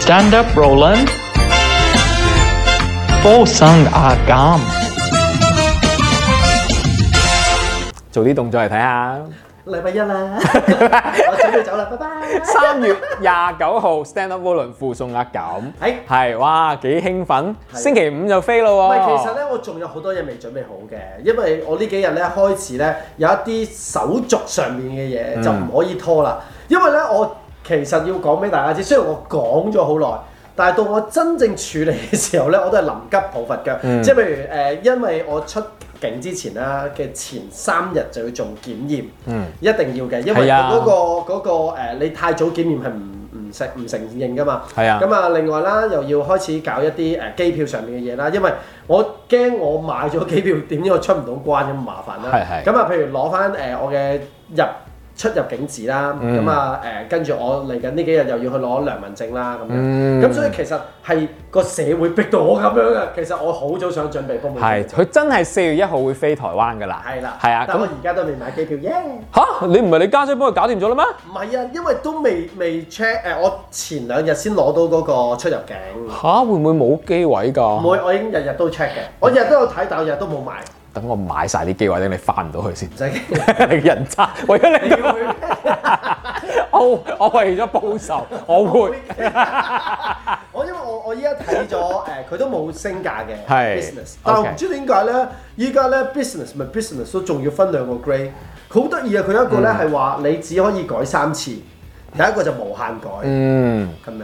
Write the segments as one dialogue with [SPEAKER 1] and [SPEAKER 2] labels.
[SPEAKER 1] Stand up, Roland。附送阿減，
[SPEAKER 2] 做啲動作嚟睇下。
[SPEAKER 3] 禮拜一 啦，我準備走啦，拜拜。
[SPEAKER 2] 三月廿九號 Stand Up Volun 附送壓減，
[SPEAKER 3] 係
[SPEAKER 2] 係哇幾興奮！
[SPEAKER 3] 係
[SPEAKER 2] 星期五就飛
[SPEAKER 3] 唔
[SPEAKER 2] 咯
[SPEAKER 3] 係，其實
[SPEAKER 2] 喎。
[SPEAKER 3] 咧，我仲有好多嘢未準備好嘅，因為我呢幾日咧開始咧有一啲手續上面嘅
[SPEAKER 2] 嗯
[SPEAKER 3] 嘢就唔可以拖啦，因為咧我其實要講俾大家知，雖然我講咗好耐。但係到我真正處理嘅時候咧，我都係臨急抱佛腳，
[SPEAKER 2] 嗯
[SPEAKER 3] 即係譬如誒、呃因為我出境之前啦嘅前三日就要做檢驗，
[SPEAKER 2] 嗯
[SPEAKER 3] 一定要嘅，因為
[SPEAKER 2] 係啊
[SPEAKER 3] 嗰、個嗰、個、呃、你太早檢驗係唔唔承唔承認噶嘛。
[SPEAKER 2] 係啊
[SPEAKER 3] 咁啊，另外啦，又要開始搞一啲誒、呃、機票上面嘅嘢啦，因為我驚我買咗機票，點知我出唔到關咁麻煩啦。
[SPEAKER 2] 係係
[SPEAKER 3] 咁啊，譬如攞翻誒我嘅入出入境紙啦，
[SPEAKER 2] 嗯
[SPEAKER 3] 咁啊誒跟住我嚟緊呢幾日又要去攞良民證啦，咁樣。
[SPEAKER 2] 嗯
[SPEAKER 3] 咁、所以其實係個社會逼到我咁樣嘅，其實我好早想準備幫我。
[SPEAKER 2] 係，佢真係四月一號會飛台灣㗎啦。
[SPEAKER 3] 係啦，
[SPEAKER 2] 係啊，
[SPEAKER 3] 但我
[SPEAKER 2] 咁
[SPEAKER 3] 而家都未買機票耶。
[SPEAKER 2] 吓，你唔係你家姐幫佢搞掂咗啦咩？
[SPEAKER 3] 唔係啊，因為都未未 check 誒、我前兩日先攞到嗰個出入境，
[SPEAKER 2] 吓，會唔會冇機位
[SPEAKER 3] 唔
[SPEAKER 2] 㗎？
[SPEAKER 3] 會，我已經日日都 check 嘅，我日日都有睇，但我日日都冇買，唔
[SPEAKER 2] 等我買晒啲機位，等你翻唔到去先。
[SPEAKER 3] 使驚。
[SPEAKER 2] 你人渣，為咗
[SPEAKER 3] 你
[SPEAKER 2] 你
[SPEAKER 3] 要去咩？
[SPEAKER 2] 我我為咗報仇，我會。
[SPEAKER 3] 我因為我我依家睇咗誒，佢都冇升價嘅
[SPEAKER 2] 係
[SPEAKER 3] business，但係
[SPEAKER 2] OK
[SPEAKER 3] 我唔知點解咧，依家咧 business 咪 business 都仲要分兩個 grade，好得意啊！佢有一個咧
[SPEAKER 2] 嗯
[SPEAKER 3] 係話你只可以改三次，第一個就無限改
[SPEAKER 2] 嗯，
[SPEAKER 3] 咁樣，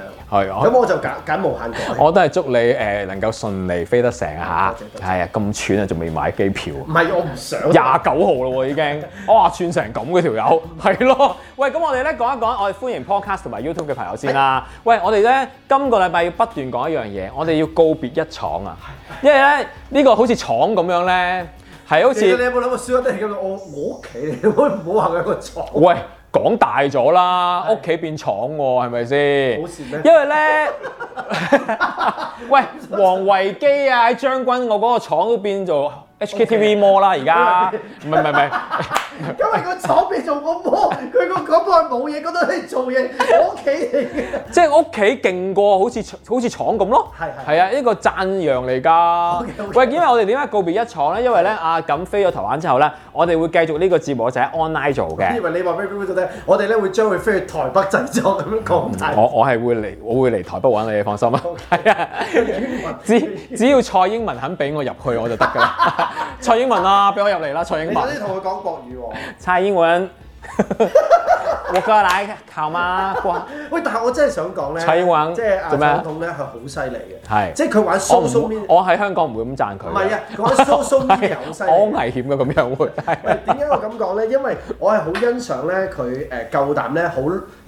[SPEAKER 2] 係啊
[SPEAKER 3] 咁。我就揀揀無限改。
[SPEAKER 2] 我都係祝你誒、呃能夠順利飛得成啊
[SPEAKER 3] 多謝多
[SPEAKER 2] 嚇！
[SPEAKER 3] 謝
[SPEAKER 2] 係啊，咁串啊，仲未買機票啊。
[SPEAKER 3] 唔係我唔 想
[SPEAKER 2] 廿九號咯喎已經，哇串成咁嘅條友， 係咯。喂，咁我哋咧講一講，我哋歡迎 podcast 同埋 YouTube 嘅朋友先啦。喂，我哋咧今個禮拜要不斷講一樣嘢，我哋要告別一廠啊，因為咧呢、個好似廠咁樣咧，係好
[SPEAKER 3] 其實你
[SPEAKER 2] 似
[SPEAKER 3] 有冇諗過燒得咁？我我屋企嚟，我唔好話佢個廠。
[SPEAKER 2] 喂講大咗啦，屋企變廠喎，係咪先？
[SPEAKER 3] 好事咩
[SPEAKER 2] 因為咧， 喂黃維基啊喺將軍澳嗰個廠都變做 HKTV Mall 啦，而 家唔係唔係唔係。
[SPEAKER 3] 因為個廠變做個魔，佢個嗰個係冇嘢，嗰度係做嘢，我屋企嚟嘅。
[SPEAKER 2] 即係屋企勁過好似好似廠咁咯，
[SPEAKER 3] 係係
[SPEAKER 2] 係啊，呢個讚揚嚟㗎。
[SPEAKER 3] OK，OK
[SPEAKER 2] 喂，因為我哋點解告別一廠咧？因為咧，阿錦飛咗台灣之後咧，我哋會繼續呢個節目就喺 online 做
[SPEAKER 3] 以
[SPEAKER 2] 嘅。
[SPEAKER 3] 為你話俾觀眾聽，我哋咧會將佢飛去台北製作咁樣講大。
[SPEAKER 2] 我我係會嚟，我會嚟台北揾你，你放心啊。係啊，只只要蔡英文肯俾我入去，我就得㗎啦。 蔡英文啊，俾我入嚟啦，蔡英
[SPEAKER 3] 你
[SPEAKER 2] 文
[SPEAKER 3] 早。啲同佢講國語喎。
[SPEAKER 2] 蔡英文，我過來靠嗎？過
[SPEAKER 3] 喂，但係我真係想講咧，
[SPEAKER 2] 蔡英文
[SPEAKER 3] 即係阿
[SPEAKER 2] 做咩啊
[SPEAKER 3] 總統咧係好犀利嘅，
[SPEAKER 2] 係
[SPEAKER 3] 即係佢玩
[SPEAKER 2] 我
[SPEAKER 3] social
[SPEAKER 2] 唔
[SPEAKER 3] media，
[SPEAKER 2] 我喺香港唔會咁讚佢。
[SPEAKER 3] 唔係啊，佢玩 social media 好犀利
[SPEAKER 2] 我。好危險嘅咁樣會。
[SPEAKER 3] 喂，點解我咁講咧？因為我係好欣賞咧佢誒夠膽咧，好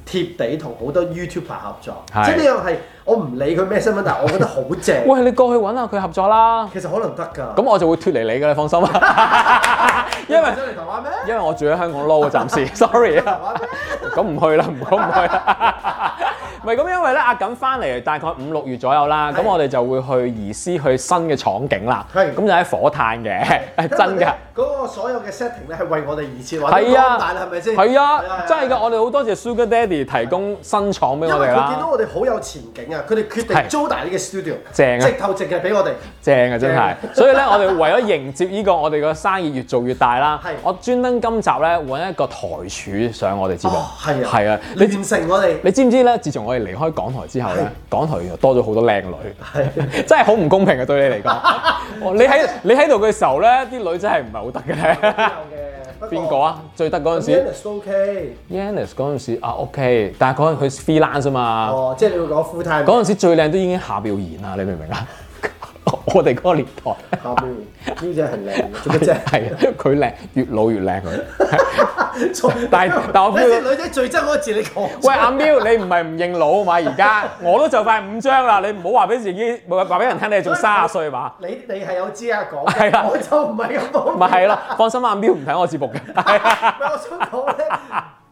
[SPEAKER 3] 貼地同好多 YouTuber 合作，
[SPEAKER 2] 係
[SPEAKER 3] 即係呢樣係我唔理佢咩身份，但係我覺得好 正。
[SPEAKER 2] 喂，你過去揾下佢合作啦，
[SPEAKER 3] 其實可能得㗎。
[SPEAKER 2] 咁我就會脱離你㗎啦，放心啊。 因為
[SPEAKER 3] 你想嚟台灣咩？
[SPEAKER 2] 因為我住喺香港撈啊，暫 時，sorry
[SPEAKER 3] 台
[SPEAKER 2] 啊，
[SPEAKER 3] 灣咩？
[SPEAKER 2] 咁唔去啦，唔好唔去啦。 唔係咁，因為咧阿錦翻嚟大概五六月左右啦，咁
[SPEAKER 3] 係
[SPEAKER 2] 我哋就會去移師去新嘅廠景啦，
[SPEAKER 3] 係
[SPEAKER 2] 咁就喺火炭嘅，係 真㗎。。
[SPEAKER 3] 嗰個所有嘅 setting 咧係為我哋而設，或者
[SPEAKER 2] 係啊
[SPEAKER 3] 光大啦，係咪先？
[SPEAKER 2] 係
[SPEAKER 3] 係
[SPEAKER 2] 啊，真係㗎！。我哋好多謝 Sugar Daddy 提供新廠俾
[SPEAKER 3] 因
[SPEAKER 2] 我
[SPEAKER 3] 為
[SPEAKER 2] 哋
[SPEAKER 3] 佢見到
[SPEAKER 2] 啦，
[SPEAKER 3] 我哋好有前景啊，佢哋決
[SPEAKER 2] 係
[SPEAKER 3] 定租大呢個 studio，
[SPEAKER 2] 正啊
[SPEAKER 3] 直頭直嘅俾我哋。
[SPEAKER 2] 正啊真係
[SPEAKER 3] 正。
[SPEAKER 2] 所以咧，我哋為咗迎接呢個我哋個生意越做越大啦
[SPEAKER 3] 係，
[SPEAKER 2] 我專登今集咧揾一個台柱上我哋節目
[SPEAKER 3] 哦，，係啊，
[SPEAKER 2] 係啊，你
[SPEAKER 3] 完成我哋
[SPEAKER 2] 你知唔知咧？自從我哋離開港台之後咧
[SPEAKER 3] 係，
[SPEAKER 2] 港台原來多咗好多靚女，
[SPEAKER 3] 係
[SPEAKER 2] 真係好唔公平嘅啊對你 嚟講。哦你喺你喺度嘅時候咧，啲女真係唔係好得嘅。
[SPEAKER 3] 有嘅。
[SPEAKER 2] 邊個啊？最得嗰陣時
[SPEAKER 3] Dennis 都 OK。
[SPEAKER 2] ，Yannis 嗰陣時啊 OK，但係嗰陣佢 freelance 啊嘛，
[SPEAKER 3] 哦，即係你會講 full time。
[SPEAKER 2] 嗰陣時最靚都已經夏妙賢啦，你明唔明啊？ 我哋嗰個年代。
[SPEAKER 3] 下邊呢隻係靚嘅，做乜啫？
[SPEAKER 2] 係啊，佢靚，越老越靚佢。 但
[SPEAKER 3] 但
[SPEAKER 2] 係但我 feel 到
[SPEAKER 3] 女仔最憎嗰個字，你講
[SPEAKER 2] 喂，阿喵，你唔係唔認老啊嘛？而家我都就快五張啦，你唔好話俾自己，唔好話俾人聽你係仲三十歲嘛？
[SPEAKER 3] 你你係有資格講
[SPEAKER 2] 係啊
[SPEAKER 3] 嘅，我就唔係咁講。
[SPEAKER 2] 咪係咯，放心，阿喵唔睇我節目嘅。
[SPEAKER 3] 喂，我想講咧，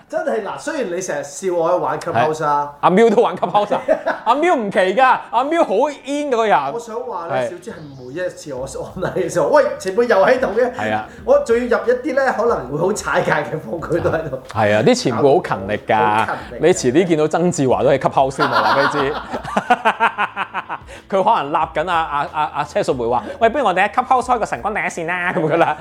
[SPEAKER 3] 真係嗱，雖然你成日笑我去玩 clubhouse 啊。
[SPEAKER 2] 阿 Miu 都玩 Clubhouse，阿啊 Miu 唔奇㗎，阿 Miu 好 in 嗰個人
[SPEAKER 3] 我。想話咧，
[SPEAKER 2] 係
[SPEAKER 3] 小芝係每一次我 online 嘅時候，喂前輩又喺度嘅，
[SPEAKER 2] 係啊，
[SPEAKER 3] 我仲要入一啲咧可能會好踩界嘅房，佢都喺度。
[SPEAKER 2] 係啊，啲前輩好勤力㗎
[SPEAKER 3] 嗯好勤力㗎。啊
[SPEAKER 2] 你遲啲見到曾志華都喺 Clubhouse 先，我啊話俾 你 知。佢可能立緊啊啊啊啊車淑梅話：，喂，不如我哋喺 Clubhouse 開個神君第一線啦， 咁噶啦。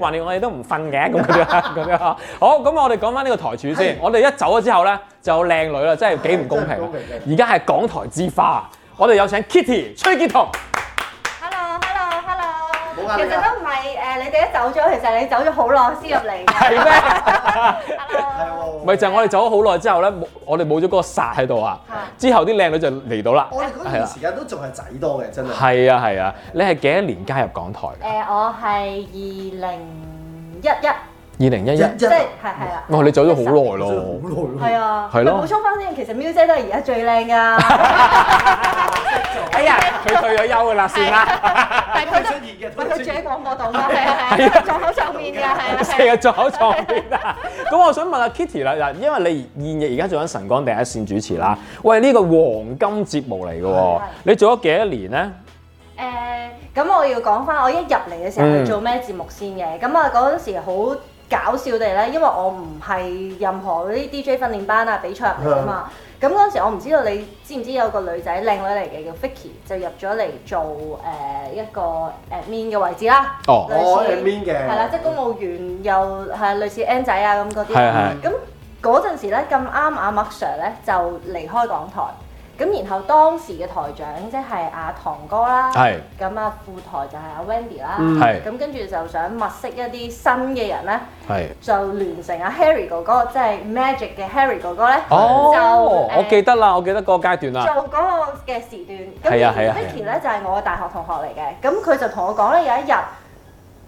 [SPEAKER 2] 橫掂我哋都唔瞓嘅，咁嗰啲啦咁樣。好，咁我哋講翻呢個台柱
[SPEAKER 3] 係
[SPEAKER 2] 先。我哋一走咗之後咧，就有靚女啦，真係幾唔公平
[SPEAKER 3] 真係唔
[SPEAKER 2] 啊
[SPEAKER 3] 公平。嘅
[SPEAKER 2] 而家係港台之花，我哋有請 Kitty 崔潔彤。
[SPEAKER 4] Hello Hello Hello，
[SPEAKER 3] 冇壓力
[SPEAKER 4] 其
[SPEAKER 3] 啊
[SPEAKER 4] 實都唔係誒，你哋都走咗，其實你走咗好耐先入嚟嘅。
[SPEAKER 2] 係咩？
[SPEAKER 3] 係啊
[SPEAKER 4] Hello，
[SPEAKER 3] 喎，
[SPEAKER 2] 咪就係我哋走咗好耐之後咧，冇我哋冇咗嗰個煞喺度啊。之後啲靚女就嚟到啦。
[SPEAKER 3] 我哋嗰
[SPEAKER 2] 係啦
[SPEAKER 3] 段時間都仲係仔多嘅，真係。
[SPEAKER 2] 係啊係啊，你係幾多年加入港台㗎？
[SPEAKER 4] 誒呃我係二零一一，
[SPEAKER 2] 二零一一，
[SPEAKER 4] 即係係係啦。
[SPEAKER 2] 哇！你走咗好耐
[SPEAKER 3] 真係
[SPEAKER 2] 咯。
[SPEAKER 3] 好耐
[SPEAKER 4] 係
[SPEAKER 3] 咯。
[SPEAKER 4] 啊，
[SPEAKER 2] 係咯
[SPEAKER 4] 咪補充翻先，其實 Miu 姐都係而家最靚㗎，
[SPEAKER 2] 哎呀，佢退咗休㗎啦，算啦。
[SPEAKER 4] 但係佢
[SPEAKER 3] 退
[SPEAKER 4] 都
[SPEAKER 3] 出現嘅，
[SPEAKER 4] 喂佢
[SPEAKER 3] 退出
[SPEAKER 4] 住
[SPEAKER 3] 現
[SPEAKER 4] 喺廣播度㗎，係啊
[SPEAKER 2] 係
[SPEAKER 4] 係
[SPEAKER 2] 啊
[SPEAKER 4] 啊，撞口上面㗎，係啊
[SPEAKER 2] 成
[SPEAKER 4] 係
[SPEAKER 2] 日
[SPEAKER 4] 啊。
[SPEAKER 2] 做口撞面啊！咁我想問下 Kitty 啦，嗱，因為你現役而家做緊晨光第一線主持啦，喂，呢個黃金節目嚟嘅喎
[SPEAKER 4] 係，
[SPEAKER 2] 你做咗幾多年咧？
[SPEAKER 4] 誒，咁我要講翻我一入嚟嘅時候
[SPEAKER 2] 嗯
[SPEAKER 4] 係做咩節目先嘅，咁啊嗰陣時好搞笑地咧，因為我唔係任何嗰啲 DJ 訓練班啊比賽入嚟啊嘛，咁嗰陣時我唔知道你知唔知有個女仔靚女嚟嘅叫 Vicky 就入咗嚟做誒、一個 admin 嘅位置啦，
[SPEAKER 2] 哦
[SPEAKER 4] 類似
[SPEAKER 3] 哦 admin 嘅
[SPEAKER 4] 係啦，即係公務員又係類似 N 仔啊咁嗰啲
[SPEAKER 2] 係
[SPEAKER 4] 啦
[SPEAKER 2] 係，
[SPEAKER 4] 咁嗰陣時咧咁啱阿麥 Sir 咧就離開港台。咁然後當時嘅台長即係阿唐哥啦，
[SPEAKER 2] 係
[SPEAKER 4] 咁啊副台就係阿 Wendy 啦，
[SPEAKER 3] 嗯
[SPEAKER 2] 係
[SPEAKER 4] 咁跟住就想物色一啲新嘅人咧，
[SPEAKER 2] 係。
[SPEAKER 4] 就聯成阿 Harry 哥哥，即係 Magic 嘅 Harry 哥哥咧，
[SPEAKER 2] 哦，
[SPEAKER 4] 就
[SPEAKER 2] 我記得啦，我記得嗰個階段
[SPEAKER 4] 呃
[SPEAKER 2] 啦。
[SPEAKER 4] 做嗰個嘅時段。
[SPEAKER 2] 啊係
[SPEAKER 4] 咁
[SPEAKER 2] 啊係啊係啊
[SPEAKER 4] Vicky 咧就係我嘅大學同學嚟嘅，咁佢就同我講咧有一日。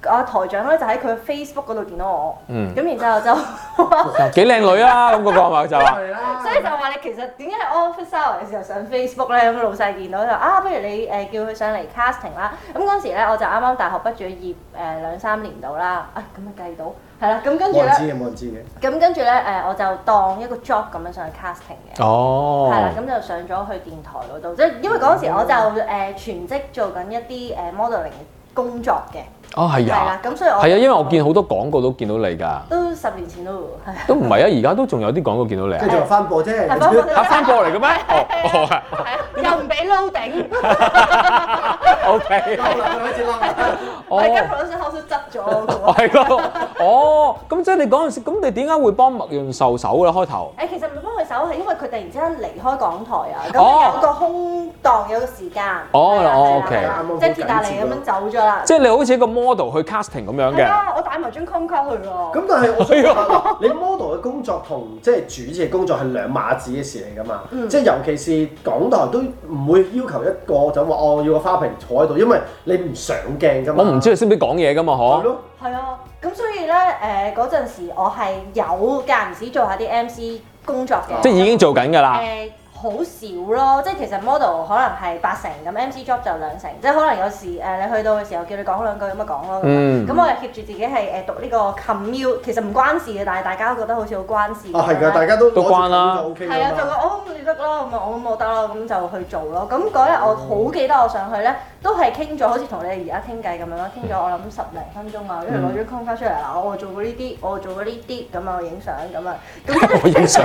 [SPEAKER 4] 啊台長咧就喺佢 Facebook 嗰度見到我，咁、
[SPEAKER 2] 嗯
[SPEAKER 4] 然之後就話，
[SPEAKER 2] 幾靚女啊！咁嗰個係咪就話
[SPEAKER 3] 係啦。
[SPEAKER 4] 所以就話你其實點解喺 office hour 嘅時候上 Facebook 咧，咁老細見到就啊，不如你誒、叫佢上嚟 casting 啦。咁嗰陣時咧，我就啱啱大學畢咗業誒、兩三年度啦，啊咁啊計到係啦。咁跟住
[SPEAKER 3] 冇人知嘅，
[SPEAKER 4] 咧，
[SPEAKER 3] 冇人知嘅。
[SPEAKER 4] 咁跟住咧誒，我就當一個 job 咁樣上去 casting 嘅。係啦
[SPEAKER 2] 哦，，
[SPEAKER 4] 咁就上咗去電台嗰度，即係因為嗰陣時我就誒、全職做緊一啲誒 modeling 工作嘅，
[SPEAKER 2] 哦係
[SPEAKER 4] 係
[SPEAKER 2] 啊
[SPEAKER 4] 啦，，咁所以我
[SPEAKER 2] 係啊，因為我見好多廣告都見到你㗎，
[SPEAKER 4] 都十年前 咯，係
[SPEAKER 2] 都唔係啊，而家都仲有啲廣告見到你啊
[SPEAKER 3] 跟。住我翻播啫。
[SPEAKER 4] 係幫我
[SPEAKER 2] 嚇翻播嚟嘅咩？哦哦
[SPEAKER 4] 啊 又唔俾撈 頂。
[SPEAKER 2] ，O K，
[SPEAKER 3] 嬲啦，佢開始嬲啦。
[SPEAKER 4] 我而家
[SPEAKER 2] 哦，
[SPEAKER 4] production house 都執咗我個喎。
[SPEAKER 2] 係咯，哦，咁即係你嗰陣時，咁你點解會幫麥潤受手嘅咧？開頭
[SPEAKER 4] 誒，其實唔幫佢手係因為佢突然之間離開港台啊，
[SPEAKER 2] 哦
[SPEAKER 4] 咁有個空檔有個時間，
[SPEAKER 2] 哦
[SPEAKER 4] 係啦
[SPEAKER 2] 哦
[SPEAKER 4] 係啦
[SPEAKER 3] OK
[SPEAKER 4] 即係鐵達尼咁樣走咗啦。
[SPEAKER 2] 即係你好似一個 model 去 casting 咁樣
[SPEAKER 4] 係
[SPEAKER 2] 嘅，
[SPEAKER 4] 啊，我帶埋張 com 卡去喎。
[SPEAKER 3] 咁但係我想問你 model 嘅工作同即係主持嘅工作係兩碼子嘅事嚟㗎嘛？即係尤其是港台都唔會要求一個就話哦我要個花瓶坐喺度，因為你唔上鏡㗎嘛。
[SPEAKER 2] 我唔知你識唔識講嘢㗎嘛？
[SPEAKER 3] 係
[SPEAKER 2] 嗬，
[SPEAKER 3] 咯，
[SPEAKER 4] 係啊，咁所以咧誒嗰陣時我係有間唔時做下啲 MC 工作嘅，
[SPEAKER 2] 即係已經做緊㗎啦。
[SPEAKER 4] 誒好少咯，即係其實 model 可能係八成咁，MC job 就兩成，即係可能有時誒、你去到嘅時候叫你講兩句咁咪講咯。咁、
[SPEAKER 2] 嗯
[SPEAKER 4] 我又 keep 住自己係誒讀呢個 commute，其實唔關事嘅，但係大家都覺得好似好關事咁樣啦。
[SPEAKER 3] 啊係㗎，大家都
[SPEAKER 2] 都關啦
[SPEAKER 3] 攞住咁就 OK
[SPEAKER 4] 係啊，
[SPEAKER 3] 㗎
[SPEAKER 4] 就
[SPEAKER 3] 嘛
[SPEAKER 4] 話哦咁你得啦，咁啊我咁我得啦，咁就去做咯。咁嗰日我好記得我上去咧，都係傾咗，好似同你哋而家傾偈咁樣啦，傾咗我諗十零分鐘啊，跟住攞張 con 卡出嚟嗱，我做過呢啲，我做過呢啲，咁啊我影相咁 啊，咁跟住
[SPEAKER 2] 我影相，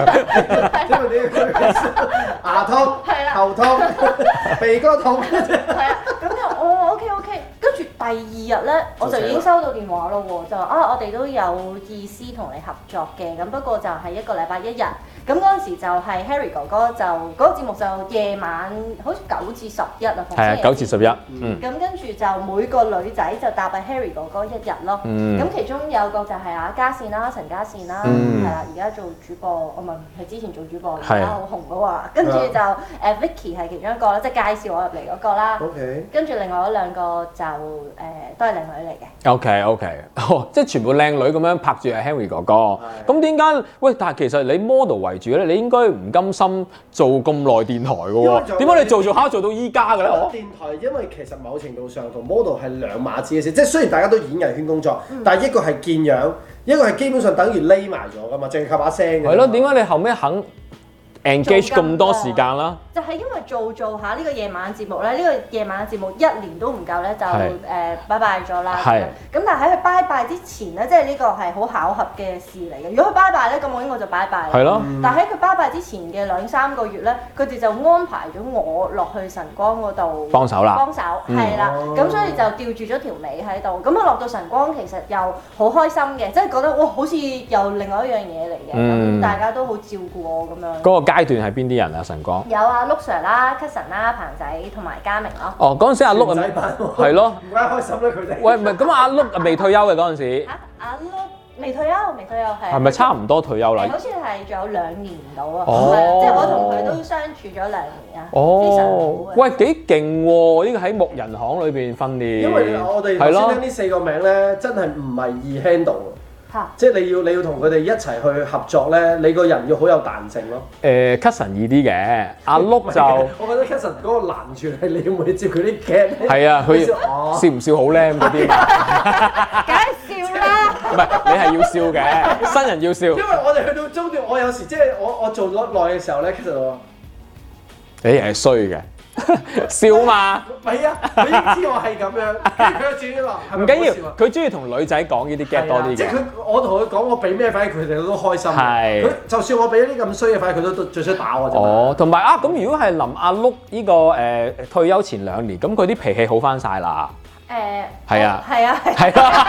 [SPEAKER 3] 因為你牙痛
[SPEAKER 4] 係、啦
[SPEAKER 3] 頭痛、鼻哥痛，
[SPEAKER 4] 係啊，咁就哦 OK OK，跟住第二日咧，我就已經收到電話咯喎，就話啊我哋都有意思同你合作嘅，咁不過就係一個禮拜一日。咁嗰陣時就係 Harry 哥哥就嗰、個節目就夜晚好似九至十一啊，逢
[SPEAKER 2] 係 啊
[SPEAKER 4] 星，期
[SPEAKER 2] 九至十一，嗯，
[SPEAKER 4] 咁跟住就每個女仔就搭喺 Harry 哥哥一日咯。咁、
[SPEAKER 2] 嗯
[SPEAKER 4] 其中有個就係阿嘉善啦、陳嘉善啦，
[SPEAKER 2] 嗯
[SPEAKER 4] 係啦、而家做主播，我咪佢之前做主播，而
[SPEAKER 2] 係
[SPEAKER 4] 家好紅嗰個啊。跟住就誒 Vicky 係其中一個啦，即係介紹我入嚟嗰個啦。
[SPEAKER 3] OK
[SPEAKER 4] 跟住另外嗰兩個就誒、都係靚女嚟嘅。
[SPEAKER 2] OK OK，哦， 即係全部靚女咁樣拍住阿 Henry 哥哥。咁點解？喂，但係其實你 model 為主咧，你應該唔甘心做咁耐電台嘅喎。
[SPEAKER 3] 因為做
[SPEAKER 2] 點解你做做下做到依家嘅咧？我
[SPEAKER 3] 電台因為其實
[SPEAKER 2] 嗯
[SPEAKER 3] 某程度上同 model 係兩碼子嘅事，即係雖然大家都演藝圈工作，但係一個係見樣，一個係基本上等於匿埋咗噶嘛，淨係靠把聲嘅。
[SPEAKER 2] 係咯，點解你後尾肯 engage
[SPEAKER 4] 做咁
[SPEAKER 2] 咁多
[SPEAKER 4] 多
[SPEAKER 2] 時間啦？
[SPEAKER 4] 就係因為做做下呢個夜晚節目咧，呢、個夜晚節目一年都唔夠咧，就誒
[SPEAKER 2] 係
[SPEAKER 4] 拜拜咗啦。
[SPEAKER 2] 係
[SPEAKER 4] 咁但係喺佢拜拜之前咧，即係呢個係好巧合嘅事嚟嘅。如果佢拜拜咧，咁我應該就拜拜啦。
[SPEAKER 2] 係咯，
[SPEAKER 4] 但喺佢拜拜之前嘅兩三個月咧，佢哋就安排咗我落去晨光嗰度
[SPEAKER 2] 幫手啦。嗯
[SPEAKER 4] 幫手，係啦，
[SPEAKER 3] 哦
[SPEAKER 4] 咁所以就吊住咗條尾喺度。咁我落到晨光其實又好開心嘅，即係覺得哇，好似又另外一樣嘢嚟嘅，
[SPEAKER 2] 嗯
[SPEAKER 4] 咁大家都好照顧我咁樣。
[SPEAKER 2] 嗰個階段係邊啲人啊？晨光。
[SPEAKER 4] 有啊，Luke Sir 啦、Cousin 啦、彭仔同埋嘉明咯。
[SPEAKER 2] 哦，嗰陣時阿
[SPEAKER 3] 碌
[SPEAKER 2] 碌
[SPEAKER 3] 唔
[SPEAKER 2] 啊
[SPEAKER 3] 使，扮喎
[SPEAKER 2] 係咯。
[SPEAKER 3] 唔怪得開心啦佢哋。
[SPEAKER 2] 喂，唔係咁阿碌未退休嘅嗰陣時，
[SPEAKER 4] 啊，阿 Luke 未退休，未退休係。
[SPEAKER 2] 係咪差唔多退休
[SPEAKER 4] 誒？
[SPEAKER 2] 啦？
[SPEAKER 4] 好似係仲有兩年到啊，
[SPEAKER 2] 哦
[SPEAKER 4] 係啊即係我同佢都相處咗兩年啊，非常
[SPEAKER 2] 哦
[SPEAKER 4] 好啊，。
[SPEAKER 2] 喂，幾勁喎！呢個喺木人行裏邊訓練，
[SPEAKER 3] 因為我哋
[SPEAKER 2] 係
[SPEAKER 3] 頭
[SPEAKER 2] 咯
[SPEAKER 3] 先聽呢四個名咧，真係唔係易 handle 嘅。
[SPEAKER 4] 嚇
[SPEAKER 3] 即係你要你要同佢哋一齊去合作咧，你個人要好有彈性咯。
[SPEAKER 2] 誒 cousin 易啲嘅， 阿
[SPEAKER 3] 唔
[SPEAKER 2] 碌
[SPEAKER 3] 係
[SPEAKER 2] 就。
[SPEAKER 3] 我覺得 Cousin 嗰個難處係你會接佢啲 gap 咧。
[SPEAKER 2] 係啊，佢
[SPEAKER 3] 你笑哦
[SPEAKER 2] 笑唔笑好靚嗰 啲嘛，
[SPEAKER 4] 梗係笑啦！
[SPEAKER 2] 唔係你係要笑嘅，新人要笑。
[SPEAKER 3] 因為我哋去到中段，我有時即係我我做落耐嘅時候咧，其實我
[SPEAKER 2] 你係衰嘅，笑嘛，
[SPEAKER 3] 唔係啊，佢已經知我係咁樣， 跟住佢就自己話係
[SPEAKER 2] 唔
[SPEAKER 3] 咪
[SPEAKER 2] 緊
[SPEAKER 3] 好笑
[SPEAKER 2] 要
[SPEAKER 3] 啊，
[SPEAKER 2] 佢中意同女仔講呢啲 get 多啲
[SPEAKER 3] 即係
[SPEAKER 2] 嘅。
[SPEAKER 3] 佢，我同佢講我俾咩反應，佢哋都開心嘅。
[SPEAKER 2] 係
[SPEAKER 3] 佢就算我俾啲咁衰嘅反應，佢都最衰打我啫嘛。
[SPEAKER 2] 哦，同埋啊，咁如果係林阿碌呢個誒退休前兩年，咁佢啲脾氣好翻晒啦，
[SPEAKER 4] 誒，
[SPEAKER 2] 係啊
[SPEAKER 4] 係啊，係啊，
[SPEAKER 2] 係啦，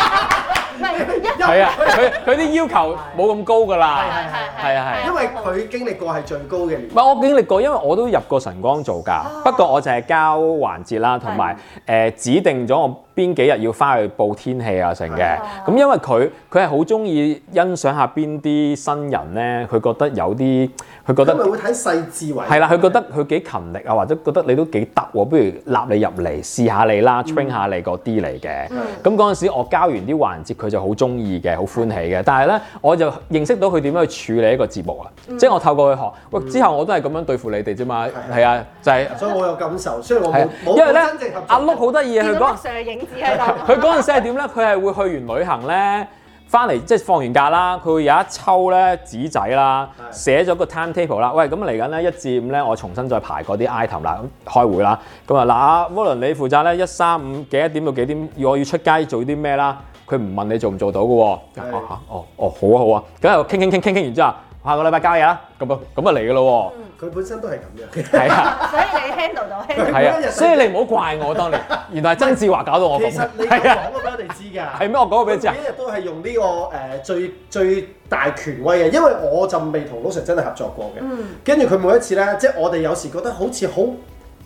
[SPEAKER 4] 唔係一
[SPEAKER 2] 係啊，佢佢啲要求冇咁高噶
[SPEAKER 4] 係
[SPEAKER 2] 啦。
[SPEAKER 4] 係
[SPEAKER 2] 係啊係啊
[SPEAKER 3] 因為佢經歷過係最高嘅年
[SPEAKER 2] 唔係我經歷過，因為我都入過晨光做㗎，不過我就係交環節啦，同埋誒指定咗我邊幾日要翻去報天氣啊成嘅
[SPEAKER 4] 哦。
[SPEAKER 2] 咁因為佢佢係好中意欣賞下邊啲新人咧，佢覺得有啲佢覺
[SPEAKER 3] 代，
[SPEAKER 2] 得
[SPEAKER 3] 因。為會睇細緻為。
[SPEAKER 2] 係啦，佢覺得佢幾勤力啊，或者覺得你都幾得喎，不如納你入嚟試下你啦，train 下你嗰啲嚟嘅。咁嗰陣時我交完啲環節，佢就好中意嘅，好歡喜嘅。但係咧，我就認識到佢點樣去處理一個節目啊，即係我透過佢學。喂，之後我都係咁樣對付你哋啫嘛。係啊，就係
[SPEAKER 3] 所以我有感受，雖然我
[SPEAKER 2] 係
[SPEAKER 3] 冇
[SPEAKER 2] 啊，
[SPEAKER 3] 冇
[SPEAKER 2] 因為咧
[SPEAKER 3] 冇真正合作
[SPEAKER 2] 阿碌好得意啊，佢嗰
[SPEAKER 4] Sir 嘅影子喺度。
[SPEAKER 2] 佢嗰陣時係點咧？佢係會去完旅行咧，翻嚟即係放完假啦，佢會有一抽咧紙仔啦，
[SPEAKER 3] 係
[SPEAKER 2] 寫咗個 timetable 啦。喂，咁嚟緊咧一至五咧，我重新再排嗰啲 item 啦，咁開會啦。咁啊嗱，阿 w a l l e n 你負責咧一三五幾一點到幾點，要我要出街做啲咩啦？佢唔問你做唔做到嘅喎。
[SPEAKER 3] 係
[SPEAKER 2] 哦啊哦哦，好啊好啊，咁又傾傾傾傾傾完之後，下個禮拜交嘢啦。咁啊咁啊嚟嘅咯
[SPEAKER 3] 佢本身都係咁樣嘅。
[SPEAKER 2] 喎，係啊。
[SPEAKER 4] 所以你 handle 到 handle 到。
[SPEAKER 2] 係 啊，所以你唔好怪我當年，原來係曾志華搞到我咁
[SPEAKER 3] 其實，你
[SPEAKER 2] 係啊，
[SPEAKER 3] 講過俾我哋知㗎。
[SPEAKER 2] 係咩？我講過俾你知啊
[SPEAKER 3] 每。一日都係用呢、個誒、最最大權威嘅，因為我就未同老 Sir 真係合作過嘅。
[SPEAKER 4] 嗯
[SPEAKER 3] 跟住佢每一次咧，即係我哋有時覺得好似好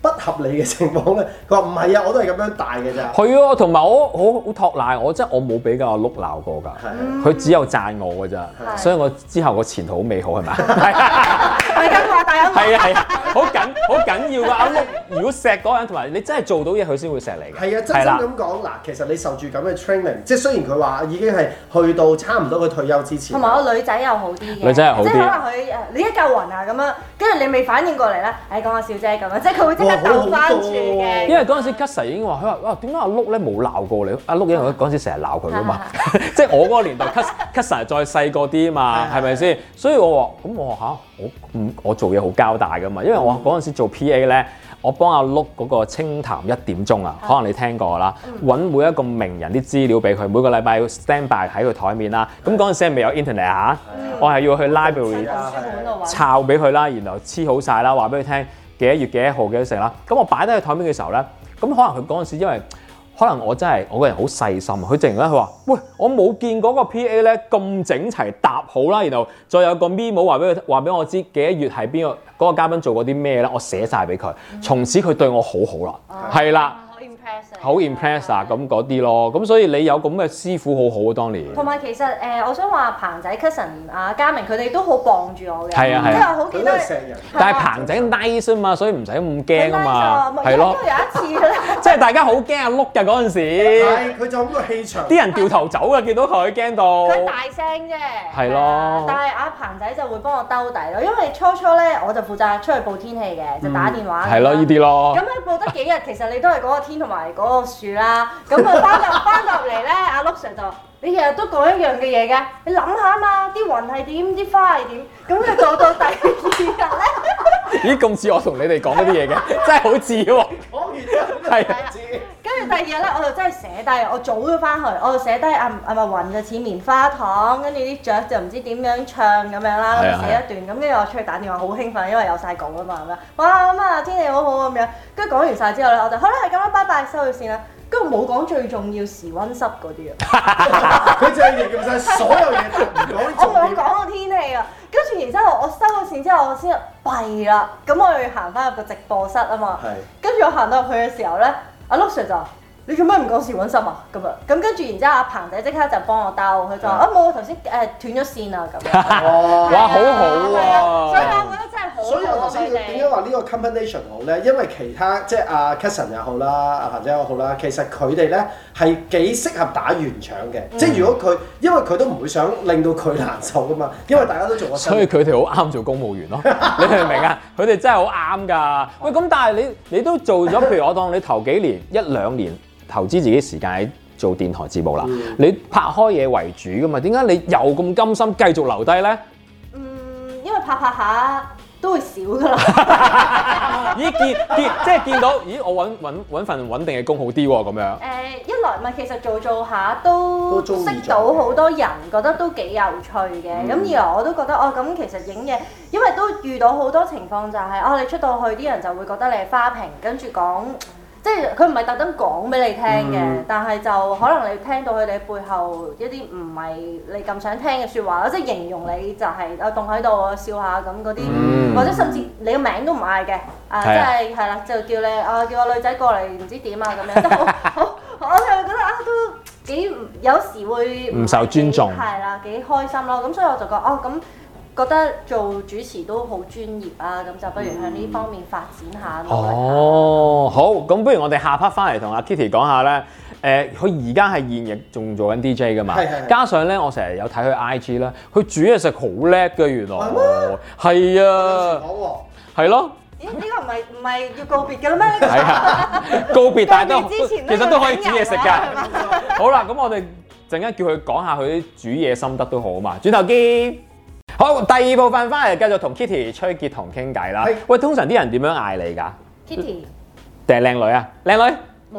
[SPEAKER 3] 不合理嘅情況咧， 佢話唔係啊，我都係咁樣大嘅咋。
[SPEAKER 2] 係啊，同埋我好好托賴，我真係我冇俾阿碌鬧過㗎，
[SPEAKER 3] 係
[SPEAKER 2] 佢只有讚我㗎咋，
[SPEAKER 4] 係
[SPEAKER 2] 所以我之後個前途好美好係 咪？係
[SPEAKER 4] 大家話大家話
[SPEAKER 2] 係啊係啊，好緊好緊要㗎阿碌，如果錫嗰個人同埋你真係做到嘢，佢先會錫你嘅。
[SPEAKER 3] 係啊，真心
[SPEAKER 2] 啦
[SPEAKER 3] 咁講嗱，其實你受住咁嘅 training，即係雖然佢話已經係去到差唔多佢退休之前，
[SPEAKER 4] 同埋我女仔又好啲嘅，
[SPEAKER 2] 女仔又好啲
[SPEAKER 4] 即係可能佢誒你一嚿雲啊咁樣，跟住你未反應過嚟啦，誒講下笑啫咁樣，即係佢會即刻兜翻轉
[SPEAKER 2] 因
[SPEAKER 4] 嘅。
[SPEAKER 2] 為嗰陣時 g u s 已經話佢話哇點解阿碌咧冇鬧過你？阿碌因為嗰陣時成日鬧佢㗎嘛， 即係我嗰個年代 g u s g u s 再細個啲嘛，
[SPEAKER 3] 係
[SPEAKER 2] 係咪先？所以我話咁我話嚇我唔我做嘢好交代㗎嘛，因為我嗰陣時做 PA 咧。我幫阿碌嗰個清談一點鐘啊，可能你聽過啦，揾每一個名人啲資料俾佢，每個禮拜要 stand by 喺佢台面啦。咁嗰陣時係未有 internet 嚇，我啊係要去 library
[SPEAKER 4] 喺圖書館度揾。
[SPEAKER 2] 抄俾佢啦，然後黐好晒啦，話俾佢聽幾多月幾多號幾多成啦。咁我擺低喺台面嘅時候咧，咁可能佢嗰陣時因為可能我真係我個人好細心，佢突然間佢話：喂，我冇見嗰個 P.A. 咧咁整齊搭好啦，然後再有個 memo 話俾佢話俾我知幾多月係邊個嗰個嘉賓做過啲咩咧，我寫晒俾佢。
[SPEAKER 4] 嗯
[SPEAKER 2] 從此佢對我好好
[SPEAKER 4] 啊
[SPEAKER 2] 啦，係啦、
[SPEAKER 4] 好 impress。
[SPEAKER 2] 好 impress 啊咁嗰啲咯。咁所以你有咁嘅師傅好好啊，當年。
[SPEAKER 4] 同埋其實誒、我想話彭仔、cousin 啊、嘉明佢哋都好傍住我嘅，
[SPEAKER 2] 係啊係啊
[SPEAKER 4] 即係好記
[SPEAKER 3] 佢
[SPEAKER 4] 得
[SPEAKER 3] 都係成人。
[SPEAKER 2] 但係彭仔 nice 啊嘛，所以唔使咁驚啊嘛，
[SPEAKER 4] 係
[SPEAKER 2] 係
[SPEAKER 4] 咯
[SPEAKER 2] 咯。。
[SPEAKER 4] 因為有一次咧。
[SPEAKER 2] 即係大家好驚阿碌嘅嗰陣時，
[SPEAKER 3] 係佢就咁個氣場。
[SPEAKER 2] 啲人掉頭走啊，見到佢驚到。
[SPEAKER 4] 佢大聲啫，
[SPEAKER 2] 哦係咯
[SPEAKER 4] 啊但係阿彭仔就會幫我兜底咯，因為初初咧我就負責出去報天氣嘅，就打電話咁樣。
[SPEAKER 2] 嗯係咯，呢啲咯
[SPEAKER 4] 咁。你報得啊幾日，其實你都係嗰個天同埋嗰個樹啦。咁佢翻到翻到入嚟咧，阿 Luke Sir 就你日日都講一樣嘅嘢嘅，你諗下啊嘛，啲雲係點，啲花係點，咁佢到到第二日咧。
[SPEAKER 2] 咦，咁似我同你哋講嗰啲嘢嘅，真係好似喎。
[SPEAKER 3] 講完之
[SPEAKER 2] 係
[SPEAKER 3] 後知
[SPEAKER 4] 跟住第二日咧，我就真係寫低，我早咗翻去，我就寫低阿阿咪雲就似棉花糖，跟住啲雀就唔知點樣唱咁樣啦，咁
[SPEAKER 2] 係啊
[SPEAKER 4] 就寫一段，咁跟住我出去打電話，好興奮，因為有晒稿啊嘛，咁樣，哇咁啊天氣好好咁樣，跟住講完晒之後咧，我就好啦，係咁啦，啊拜拜，收咗線啦，跟住冇講最重要時温濕嗰 啲啊。
[SPEAKER 3] 佢就係形容晒所有嘢，但唔講啲
[SPEAKER 4] 我
[SPEAKER 3] 重
[SPEAKER 4] 冇
[SPEAKER 3] 點。
[SPEAKER 4] 講個天氣啊，跟住然之後我收咗線之後，我先弊啦。咁我要行翻入個直播室啊嘛
[SPEAKER 3] 係。
[SPEAKER 4] 跟住我行到入去嘅時候咧，阿碌 Sir 就話：你做咩唔講時揾心啊？咁樣咁跟住然之後阿彭仔即刻就幫我兜，佢就話：啊冇，我頭先誒斷咗線啊咁樣。
[SPEAKER 3] 哦
[SPEAKER 2] 哇好好喎
[SPEAKER 4] 係啊所以我覺得真係好好啊。
[SPEAKER 3] 所以我頭先
[SPEAKER 4] 佢哋
[SPEAKER 3] 點解話呢個 combination 好咧？因為其他即係阿 Casson 又好啦，阿彭仔又好啦，其實佢哋咧係幾適合打圓場嘅。
[SPEAKER 2] 嗯
[SPEAKER 3] 即係如果佢，因為佢都唔會想令到佢難受噶 嘛，因為大家都做過新
[SPEAKER 2] 所以佢哋好啱做公務員咯， 你明唔明啊？佢哋真係好啱㗎。喂，咁但係你你都做咗，譬如我當你頭幾年一兩年投資自己時間喺做電台節目啦，
[SPEAKER 4] 嗯
[SPEAKER 2] 你拍開嘢為主㗎嘛？點解你又咁甘心繼續留低咧？
[SPEAKER 4] 嗯，因為拍拍下都會少㗎 啦。
[SPEAKER 2] 咦，見見即係見到，咦，我揾揾揾份穩定嘅工好啲喎，咁樣。
[SPEAKER 4] 誒、一來咪其實做做下都
[SPEAKER 3] 都中意咗嗯
[SPEAKER 4] 識到好多人，覺得都幾有趣嘅。咁、二來我都覺得哦，咁其實影嘢，因為都遇到好多情況就係、哦，你出到去啲人就會覺得你係花瓶，跟住講。即係佢唔係特登講俾你聽嘅，但係就可能你聽到佢哋背後一啲唔係你咁想聽嘅説話咯，即係形容你就係、啊棟喺度笑下咁嗰啲，
[SPEAKER 2] 嗯
[SPEAKER 4] 或者甚至你個名都唔嗌嘅，啊即
[SPEAKER 2] 係啊
[SPEAKER 4] 係係啦，就叫你啊叫個女仔過嚟唔知點啊咁樣，都好好，我就覺得啊都幾唔有時會
[SPEAKER 2] 唔受尊重
[SPEAKER 4] 係啦，幾開心咯，咁所以我就覺得哦咁。覺得做主持都好專業啊，咁就不如向呢方面發展下努力下
[SPEAKER 2] 哦，好，咁不如我哋下 part 翻嚟同阿 Kitty 講下咧。誒，佢而家係現役仲做緊 DJ 噶嘛
[SPEAKER 3] 係係係？
[SPEAKER 2] 加上咧，我成日有睇佢 IG 啦，佢煮嘢食好叻嘅，原來
[SPEAKER 3] 係咩
[SPEAKER 2] 係
[SPEAKER 3] 講
[SPEAKER 2] 啊，
[SPEAKER 3] 喎。
[SPEAKER 2] 係咯，
[SPEAKER 4] 咦？呢個唔係唔係要告別嘅啦 咩？
[SPEAKER 2] 係 啊，告別但係都
[SPEAKER 4] 告別之前
[SPEAKER 2] 其
[SPEAKER 4] 咧
[SPEAKER 2] 實都可以煮嘢食
[SPEAKER 4] 就整人啊啦
[SPEAKER 2] 㗎。好啦，咁我哋陣間叫佢講下佢啲煮嘢心得都好啊嘛。轉頭見。好，第二部分翻嚟繼續同 Kitty 崔潔彤傾偈啦
[SPEAKER 3] 係。
[SPEAKER 2] 喂，通常啲人點樣嗌你㗎？
[SPEAKER 4] Kitty
[SPEAKER 2] 定係靚女啊？靚女，
[SPEAKER 4] 冇喎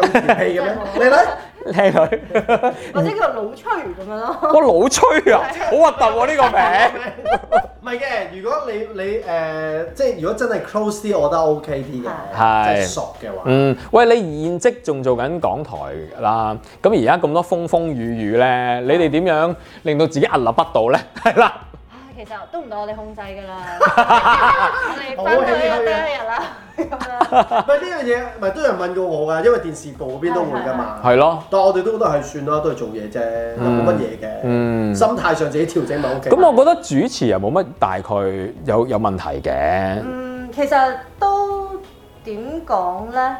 [SPEAKER 3] 咁
[SPEAKER 4] 喎，
[SPEAKER 3] 調 戲嘅咩？你咧？
[SPEAKER 2] 靚女。
[SPEAKER 4] 或者叫老吹咁樣咯。
[SPEAKER 2] 我老吹啊，好核突喎呢個名。
[SPEAKER 3] 唔係嘅，如果你你誒、即係如果真係 close 啲，我覺得 OK 啲嘅，
[SPEAKER 2] 係
[SPEAKER 3] 即係熟嘅話，
[SPEAKER 2] 嗯，喂，你現職仲做緊港台啦，咁而家咁多風風雨雨咧，你哋點樣令到自己屹立不倒咧？係啦，
[SPEAKER 4] 唉，其實都唔到我哋控制㗎 啦，我哋翻去一得一日啦。咁樣
[SPEAKER 3] 唔係呢樣嘢，唔係都有人問過我㗎，因為電視部嗰邊都會㗎嘛。
[SPEAKER 2] 係咯。
[SPEAKER 3] 但我哋都覺得係算啦，都係做嘢啫，又冇乜嘢嘅。
[SPEAKER 2] 嗯
[SPEAKER 3] 心態上自己調整咪 OK。
[SPEAKER 2] 咁
[SPEAKER 4] 啊
[SPEAKER 2] 我覺得主持又冇乜大概有有問題嘅，
[SPEAKER 4] 嗯，其實都點講咧？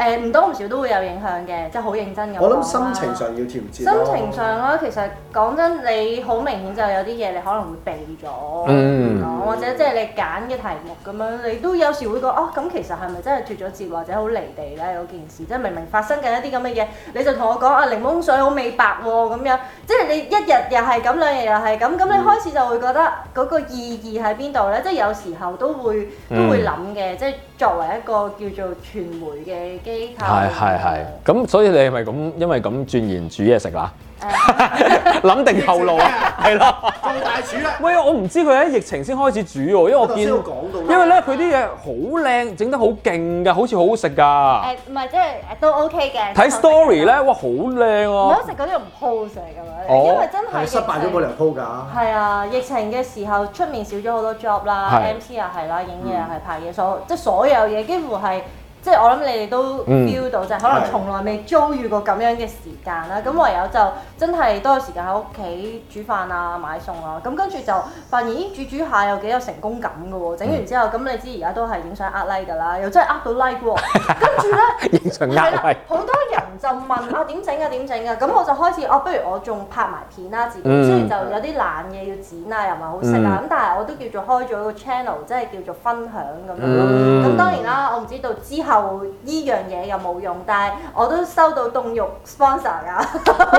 [SPEAKER 4] 誒唔多唔少都會有影響嘅，即係好認真咁。
[SPEAKER 3] 我諗心情上。要調節
[SPEAKER 4] 心
[SPEAKER 3] 咯。
[SPEAKER 4] 情上啦，其實講真，你好明顯就有啲嘢你可能會避咗唔講，
[SPEAKER 2] 嗯
[SPEAKER 4] 或者即係你揀嘅題目咁樣，你都有時會覺得哦，咁其實係咪真係脱咗節或者好離地咧？嗰件事即係明明發生緊一啲咁嘅嘢，你就同我講啊，檸檬水好美白喎、咁樣，即係你一日又係咁，兩日又係咁，咁
[SPEAKER 2] 嗯
[SPEAKER 4] 你開始就會覺得嗰個意義喺邊度咧？即係有時候都會
[SPEAKER 2] 嗯
[SPEAKER 4] 都會諗嘅，即係作為一個叫做傳媒嘅機構，
[SPEAKER 2] 係係係。咁所以你係咪咁因為咁轉言煮嘢食啦？ 諗定後 路啊，係咯。
[SPEAKER 3] 做大廚啦，
[SPEAKER 2] 喂，我唔知佢喺疫情先開始煮喎，因為我
[SPEAKER 3] 頭
[SPEAKER 2] 見，
[SPEAKER 3] 先都講到啦
[SPEAKER 2] 因為咧佢啲嘢好靚，整得好勁㗎，好似好好食㗎。
[SPEAKER 4] 誒唔係即係誒都 OK 嘅。
[SPEAKER 2] 啊睇 story 咧，
[SPEAKER 4] 唔
[SPEAKER 2] 哇，好靚
[SPEAKER 4] 好
[SPEAKER 2] 啊！
[SPEAKER 4] 食嗰啊啲唔 post 嚟咁樣，
[SPEAKER 2] 哦
[SPEAKER 4] 因為真係
[SPEAKER 3] 係失敗咗冇理由鋪㗎。
[SPEAKER 4] 係啊，疫情嘅時候出面少咗好多 job 啦
[SPEAKER 2] 係
[SPEAKER 4] ，MC 又係啦，影嘢又係，拍嘢所即係所有嘢幾乎係。即係我諗你哋都
[SPEAKER 2] 嗯
[SPEAKER 4] feel 到，就係可能
[SPEAKER 3] 係
[SPEAKER 4] 從來未遭遇過咁樣嘅時間啦。咁唯有就真係多咗時間喺屋企煮飯啊、買餸啊。咁跟住就發現咦，煮煮下又幾有成功感㗎喎。整完之後，咁你知而家都係影相呃 like 㗎啦，又真係呃到 like 喎。跟住咧。
[SPEAKER 2] 影相
[SPEAKER 4] 係
[SPEAKER 2] 呃
[SPEAKER 4] 啦
[SPEAKER 2] 喂，，
[SPEAKER 4] 好多人就問啊點整啊點整啊，咁我就開始哦，不如我仲拍埋片啦自己，
[SPEAKER 2] 嗯
[SPEAKER 4] 雖然就有啲懶嘢要剪啊，又唔係好識啊，咁但係我都叫做開咗個 channel，即係叫做分享咁樣咯。
[SPEAKER 2] 嗯
[SPEAKER 4] 咁當然啦，我唔知道之後後依樣嘢又冇用，但係我都收到凍肉 sponsor 㗎。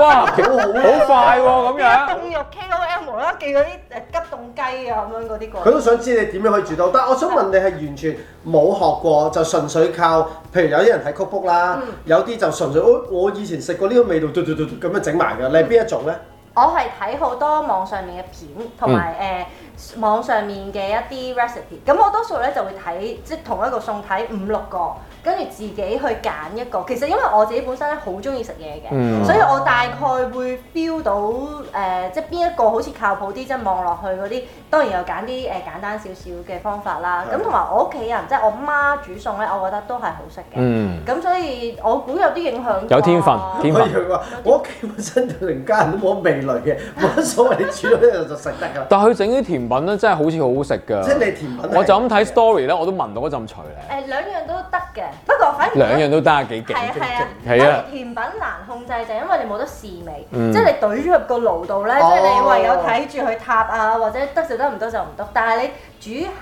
[SPEAKER 2] 哇，好
[SPEAKER 3] 好
[SPEAKER 2] 快喎咁 樣。
[SPEAKER 4] 凍肉 KOL 無啦啦寄嗰啲誒急凍雞啊咁樣嗰啲過
[SPEAKER 3] 佢
[SPEAKER 4] 嚟。
[SPEAKER 3] 都想知你點樣可以煮到，但係我想問你係完全冇學過，就純粹靠，譬如有啲人係 cookbook 啦，
[SPEAKER 4] 嗯
[SPEAKER 3] 有啲就純粹我我以前食過呢個味道，嘟嘟嘟嘟咁樣整埋
[SPEAKER 4] 嗯
[SPEAKER 3] 㗎。你係邊一種咧？
[SPEAKER 4] 我係睇好多網上面嘅片，
[SPEAKER 2] 嗯
[SPEAKER 4] 同埋誒網上面嘅一啲 recipe。咁我多數咧就會睇即係同一個餸睇五六個，跟住自己去揀一個。其實因為我自己本身咧好中意食嘢嘅，
[SPEAKER 2] 嗯
[SPEAKER 4] 所以我大概會 feel 到誒、呃即係邊一個好似靠譜啲，即係望落去嗰啲。當然又揀啲誒簡單少少嘅方法啦。
[SPEAKER 3] 係
[SPEAKER 2] 嗯
[SPEAKER 4] 咁同埋我屋企人即係我媽煮餸咧，我覺得都係好食嘅。
[SPEAKER 2] 嗯，
[SPEAKER 4] 咁所以我估有啲影響。
[SPEAKER 2] 有天分天
[SPEAKER 3] 我
[SPEAKER 2] 分
[SPEAKER 3] 以為話我屋企本身就連家人都冇乜味蕾嘅，冇乜所謂，你煮到呢度就食得㗎 啦。
[SPEAKER 2] 但係佢整啲甜品咧，真係好似好好食㗎。
[SPEAKER 3] 即係你甜品係
[SPEAKER 2] 我就咁睇 story 咧，我都聞到嗰陣除咧。
[SPEAKER 4] 誒兩樣都得嘅，不過反而
[SPEAKER 2] 兩樣都得，幾勁。
[SPEAKER 4] 啊係啊係啊，
[SPEAKER 2] 係啊
[SPEAKER 4] 反而甜品難控制就係因為你冇得試味，
[SPEAKER 2] 嗯
[SPEAKER 4] 即係你懟咗入個爐度咧，
[SPEAKER 3] 哦
[SPEAKER 4] 即係你唯有睇住佢塌啊，或者得就得唔得就唔得。但係你煮鹹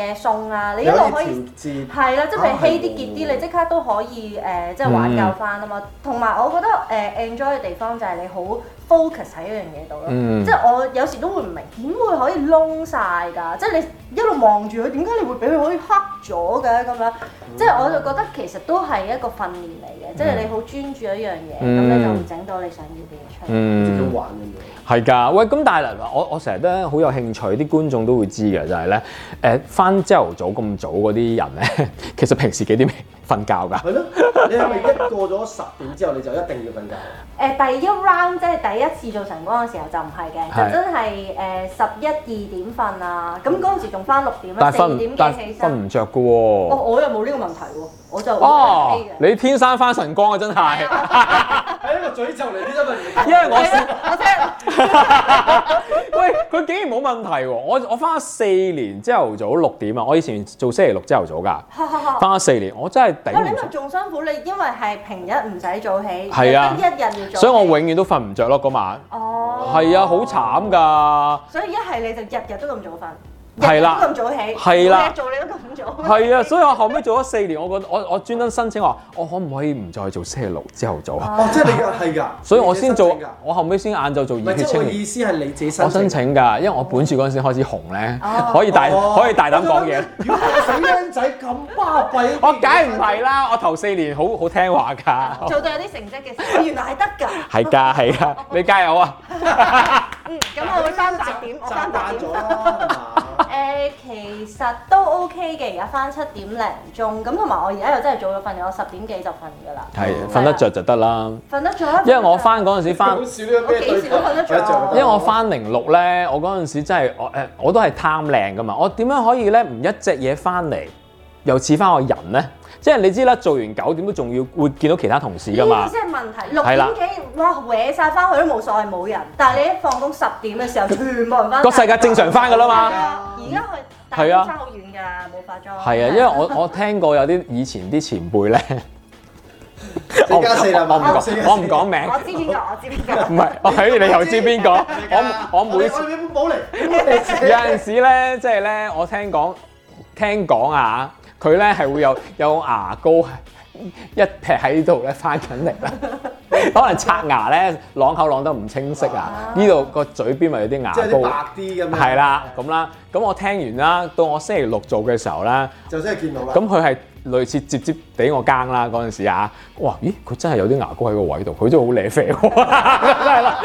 [SPEAKER 4] 嘅餸啊，你一
[SPEAKER 3] 有
[SPEAKER 4] 路
[SPEAKER 3] 啲
[SPEAKER 4] 可以
[SPEAKER 3] 調。節。
[SPEAKER 4] 係啦，即係譬
[SPEAKER 3] 啊
[SPEAKER 4] 如稀
[SPEAKER 3] 係喎嗯
[SPEAKER 4] 啲結啲，你即刻都可以誒、呃即係挽救翻啊嘛。同埋、我覺得誒、呃 enjoy 嘅地方就係你好 focus 喺一樣嘢度咯。
[SPEAKER 2] 嗯
[SPEAKER 4] 即係我有時都會唔明點會可以窿晒㗎，即係你一路望住佢，點解你會俾佢可以黑咗嘅咁樣？即係我就覺得其實都係一個訓練嚟嘅，即係你好專注一樣嘢，咁、你
[SPEAKER 3] 嗯
[SPEAKER 4] 就會整到你想要嘅嘢出嚟。
[SPEAKER 3] 即
[SPEAKER 2] 嗯
[SPEAKER 3] 係。玩咁
[SPEAKER 2] 係㗎，喂，咁但係嗱我我成日咧好有興趣，啲觀眾都會知嘅，就係咧誒翻朝頭早咁早嗰啲人咧， 其實平時幾點瞓覺㗎？
[SPEAKER 3] 樣，係咯？你係咪一過咗十點之後你就一定要瞓覺？
[SPEAKER 4] 誒、第一 round 即係第一次做晨光嘅時候就唔係嘅，
[SPEAKER 2] 係
[SPEAKER 4] 就真係誒十一二點瞓啊，咁嗰陣時仲翻六點啦，
[SPEAKER 2] 但係
[SPEAKER 4] 四
[SPEAKER 2] 瞓
[SPEAKER 4] 點
[SPEAKER 2] 唔
[SPEAKER 4] 幾
[SPEAKER 2] 但
[SPEAKER 4] 起
[SPEAKER 2] 係瞓
[SPEAKER 4] 身。
[SPEAKER 2] 唔着㗎
[SPEAKER 4] 我
[SPEAKER 2] 喎。
[SPEAKER 4] 我又冇呢個問題喎，我就
[SPEAKER 2] 哦
[SPEAKER 4] OK，嘅。
[SPEAKER 2] 你天生翻晨光啊，真係。
[SPEAKER 3] 係一個詛咒嚟啲啫
[SPEAKER 2] 因為我
[SPEAKER 4] 係啊我聽
[SPEAKER 2] 喂，佢竟然冇問題喎！我我翻咗四年朝頭早六點啊，我以前做星期六朝頭早㗎，翻咗四年，我真係
[SPEAKER 4] 哇！你
[SPEAKER 2] 頂唔
[SPEAKER 4] 咪仲辛苦，你因為係平日唔使早起，
[SPEAKER 2] 係啊
[SPEAKER 4] 你得一日要早起，
[SPEAKER 2] 順，所以我永遠都瞓唔着咯嗰晚。
[SPEAKER 4] 哦，
[SPEAKER 2] 係啊，好。慘㗎。
[SPEAKER 4] 所以一係你就日日都咁早瞓，
[SPEAKER 2] 係啦
[SPEAKER 4] 日日都咁早起，
[SPEAKER 2] 係啦
[SPEAKER 4] 每日做你都咁早，
[SPEAKER 2] 係啊，所以我後尾做咗四年，我覺得我我專登申請話，我可唔可以唔再做星期六朝頭早啊？
[SPEAKER 3] 哦，即係你嘅係㗎。
[SPEAKER 2] 所以我先做
[SPEAKER 3] 你自己申請㗎，
[SPEAKER 2] 我後尾先晏晝做
[SPEAKER 3] 唔
[SPEAKER 2] 熱
[SPEAKER 3] 係即
[SPEAKER 2] 血
[SPEAKER 3] 係我
[SPEAKER 2] 青
[SPEAKER 3] 意
[SPEAKER 2] 年。
[SPEAKER 3] 思係你自己
[SPEAKER 2] 我
[SPEAKER 3] 申請
[SPEAKER 2] 申
[SPEAKER 3] 㗎。
[SPEAKER 2] 請㗎，因為我本住嗰陣時開始紅咧
[SPEAKER 4] 哦，
[SPEAKER 2] 可以大
[SPEAKER 3] 哦
[SPEAKER 2] 可以大膽講嘢。
[SPEAKER 3] 我想諗。如果死僆仔咁巴閉，
[SPEAKER 2] 我梗係唔係啦，我頭四年好好聽話㗎。
[SPEAKER 3] 哦
[SPEAKER 4] 做到有啲成績嘅時候，原來係得㗎。
[SPEAKER 2] 係㗎，係㗎，你加油啊！
[SPEAKER 4] 嗯，咁我會翻八點，我翻
[SPEAKER 3] 習
[SPEAKER 4] 八
[SPEAKER 3] 慣
[SPEAKER 4] 點
[SPEAKER 3] 咗。啦，
[SPEAKER 4] 誒、其實都 OK 嘅，而家翻七點零鐘，咁同埋我而家又真係早咗瞓，我十點幾就瞓㗎啦。
[SPEAKER 2] 係
[SPEAKER 3] 啊
[SPEAKER 2] 瞓得着就得啦，
[SPEAKER 4] 瞓得早，
[SPEAKER 2] 因為我翻嗰陣時
[SPEAKER 3] 係嘛？
[SPEAKER 2] 翻
[SPEAKER 3] 好。少呢個咩對
[SPEAKER 4] 我幾時都瞓得着啊
[SPEAKER 2] 因為我翻零六咧，我嗰陣時真係我誒，我都係貪靚噶嘛。我點樣可以咧唔一隻嘢翻嚟，又似翻我人咧？即係你知啦，做完九點都仲要會見到其他同事
[SPEAKER 4] 呢
[SPEAKER 2] 噶嘛
[SPEAKER 4] 啲。先係問題。
[SPEAKER 2] 係啦
[SPEAKER 4] 六點幾，哇，搲晒翻去都冇所謂冇人，但係你一放工十點嘅時候，全部人翻。
[SPEAKER 2] 個世界正常返㗎啦嘛
[SPEAKER 4] 係啊而家去大
[SPEAKER 2] 係啊
[SPEAKER 4] 差好遠㗎，冇化妝。係
[SPEAKER 2] 係啊，因為我我聽過有啲以前啲前輩咧，
[SPEAKER 3] 四加四啦，
[SPEAKER 2] 我唔
[SPEAKER 3] 嘛
[SPEAKER 2] 講我唔講名，
[SPEAKER 4] 我知邊個，我知邊個。
[SPEAKER 2] 唔係，我睇你又知邊個？我我每次
[SPEAKER 3] 我。哋冇嚟，冇
[SPEAKER 2] 有
[SPEAKER 3] 嚟
[SPEAKER 2] 陣時咧，即係咧，我聽講聽講啊，佢咧係會有有牙膏一劈喺度咧翻緊嚟啦， 可能刷牙咧啷口啷得唔清晰啊，呢度個嘴邊咪有啲牙
[SPEAKER 3] 即係啲白
[SPEAKER 2] 膏，
[SPEAKER 3] 啲咁樣。
[SPEAKER 2] 係啦，咁啦，咁我聽完啦，到我星期六做嘅時候咧，
[SPEAKER 3] 就真係見到啦。
[SPEAKER 2] 咁佢係類似接接俾我更啦嗰陣時啊，哇！咦，佢真係有啲牙膏喺個位度，佢都好舐啡 喎，真係啦，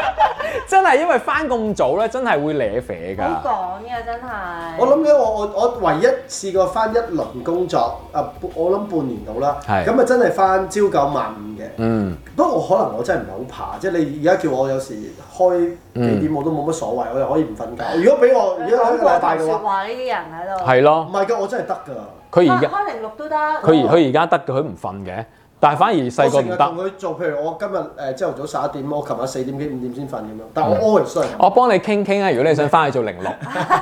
[SPEAKER 2] 真係因為翻咁早咧，真係會舐啡㗎。
[SPEAKER 4] 好講嘅真係。
[SPEAKER 3] 我諗咧，我我我唯一試過翻一輪工作，啊，我諗半年到啦，
[SPEAKER 2] 係
[SPEAKER 3] 咁啊真係翻朝九晚五嘅。
[SPEAKER 2] 嗯。
[SPEAKER 3] 不過我可能我真係唔係好怕，即係你而家叫我有時開
[SPEAKER 2] 嗯
[SPEAKER 3] 幾點我都冇乜所謂，我又可以唔瞓覺。如果俾我如果一
[SPEAKER 4] 講
[SPEAKER 3] 個
[SPEAKER 4] 過
[SPEAKER 3] 禮
[SPEAKER 4] 大
[SPEAKER 3] 拜嘅
[SPEAKER 4] 説
[SPEAKER 3] 話，
[SPEAKER 4] 話呢啲人喺度。
[SPEAKER 2] 係
[SPEAKER 3] 唔
[SPEAKER 2] 咯，
[SPEAKER 3] 係㗎，我真係得㗎。
[SPEAKER 2] 佢而
[SPEAKER 4] 開
[SPEAKER 2] 家
[SPEAKER 4] 開零六都得。
[SPEAKER 2] 佢而佢而家得嘅，佢唔瞓嘅，但係反而細個唔
[SPEAKER 3] 我成日
[SPEAKER 2] 得。
[SPEAKER 3] 同佢做，譬如我今日誒呃朝頭早十一點，我琴晚四點幾五點先瞓咁樣，但
[SPEAKER 2] 嗯
[SPEAKER 3] 我 always 都係咁。
[SPEAKER 2] 我幫你傾傾啊，如果你想翻去做零六，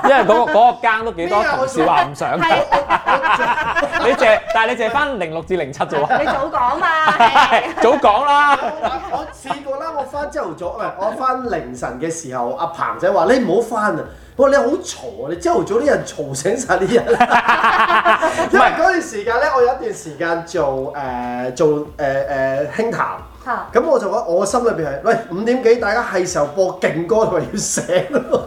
[SPEAKER 2] 因為嗰、個嗰、個間都幾多同事話唔想。你淨但係 你淨係翻零六至零七啫喎，
[SPEAKER 4] 你早講嘛。係
[SPEAKER 2] 早講啦。
[SPEAKER 3] 我我試過啦，我翻朝頭早，唔係我翻凌晨嘅時候，阿彭仔話：你唔好翻啊！我話你好嘈啊！你朝頭早啲人嘈醒晒 啲人。因為嗰段時間咧，我有一段時間做誒、呃做誒誒、呃、輕談。
[SPEAKER 4] 嚇
[SPEAKER 3] 咁我就覺得我心裏邊係，喂五點幾大家係時候播勁歌同埋要醒 咯，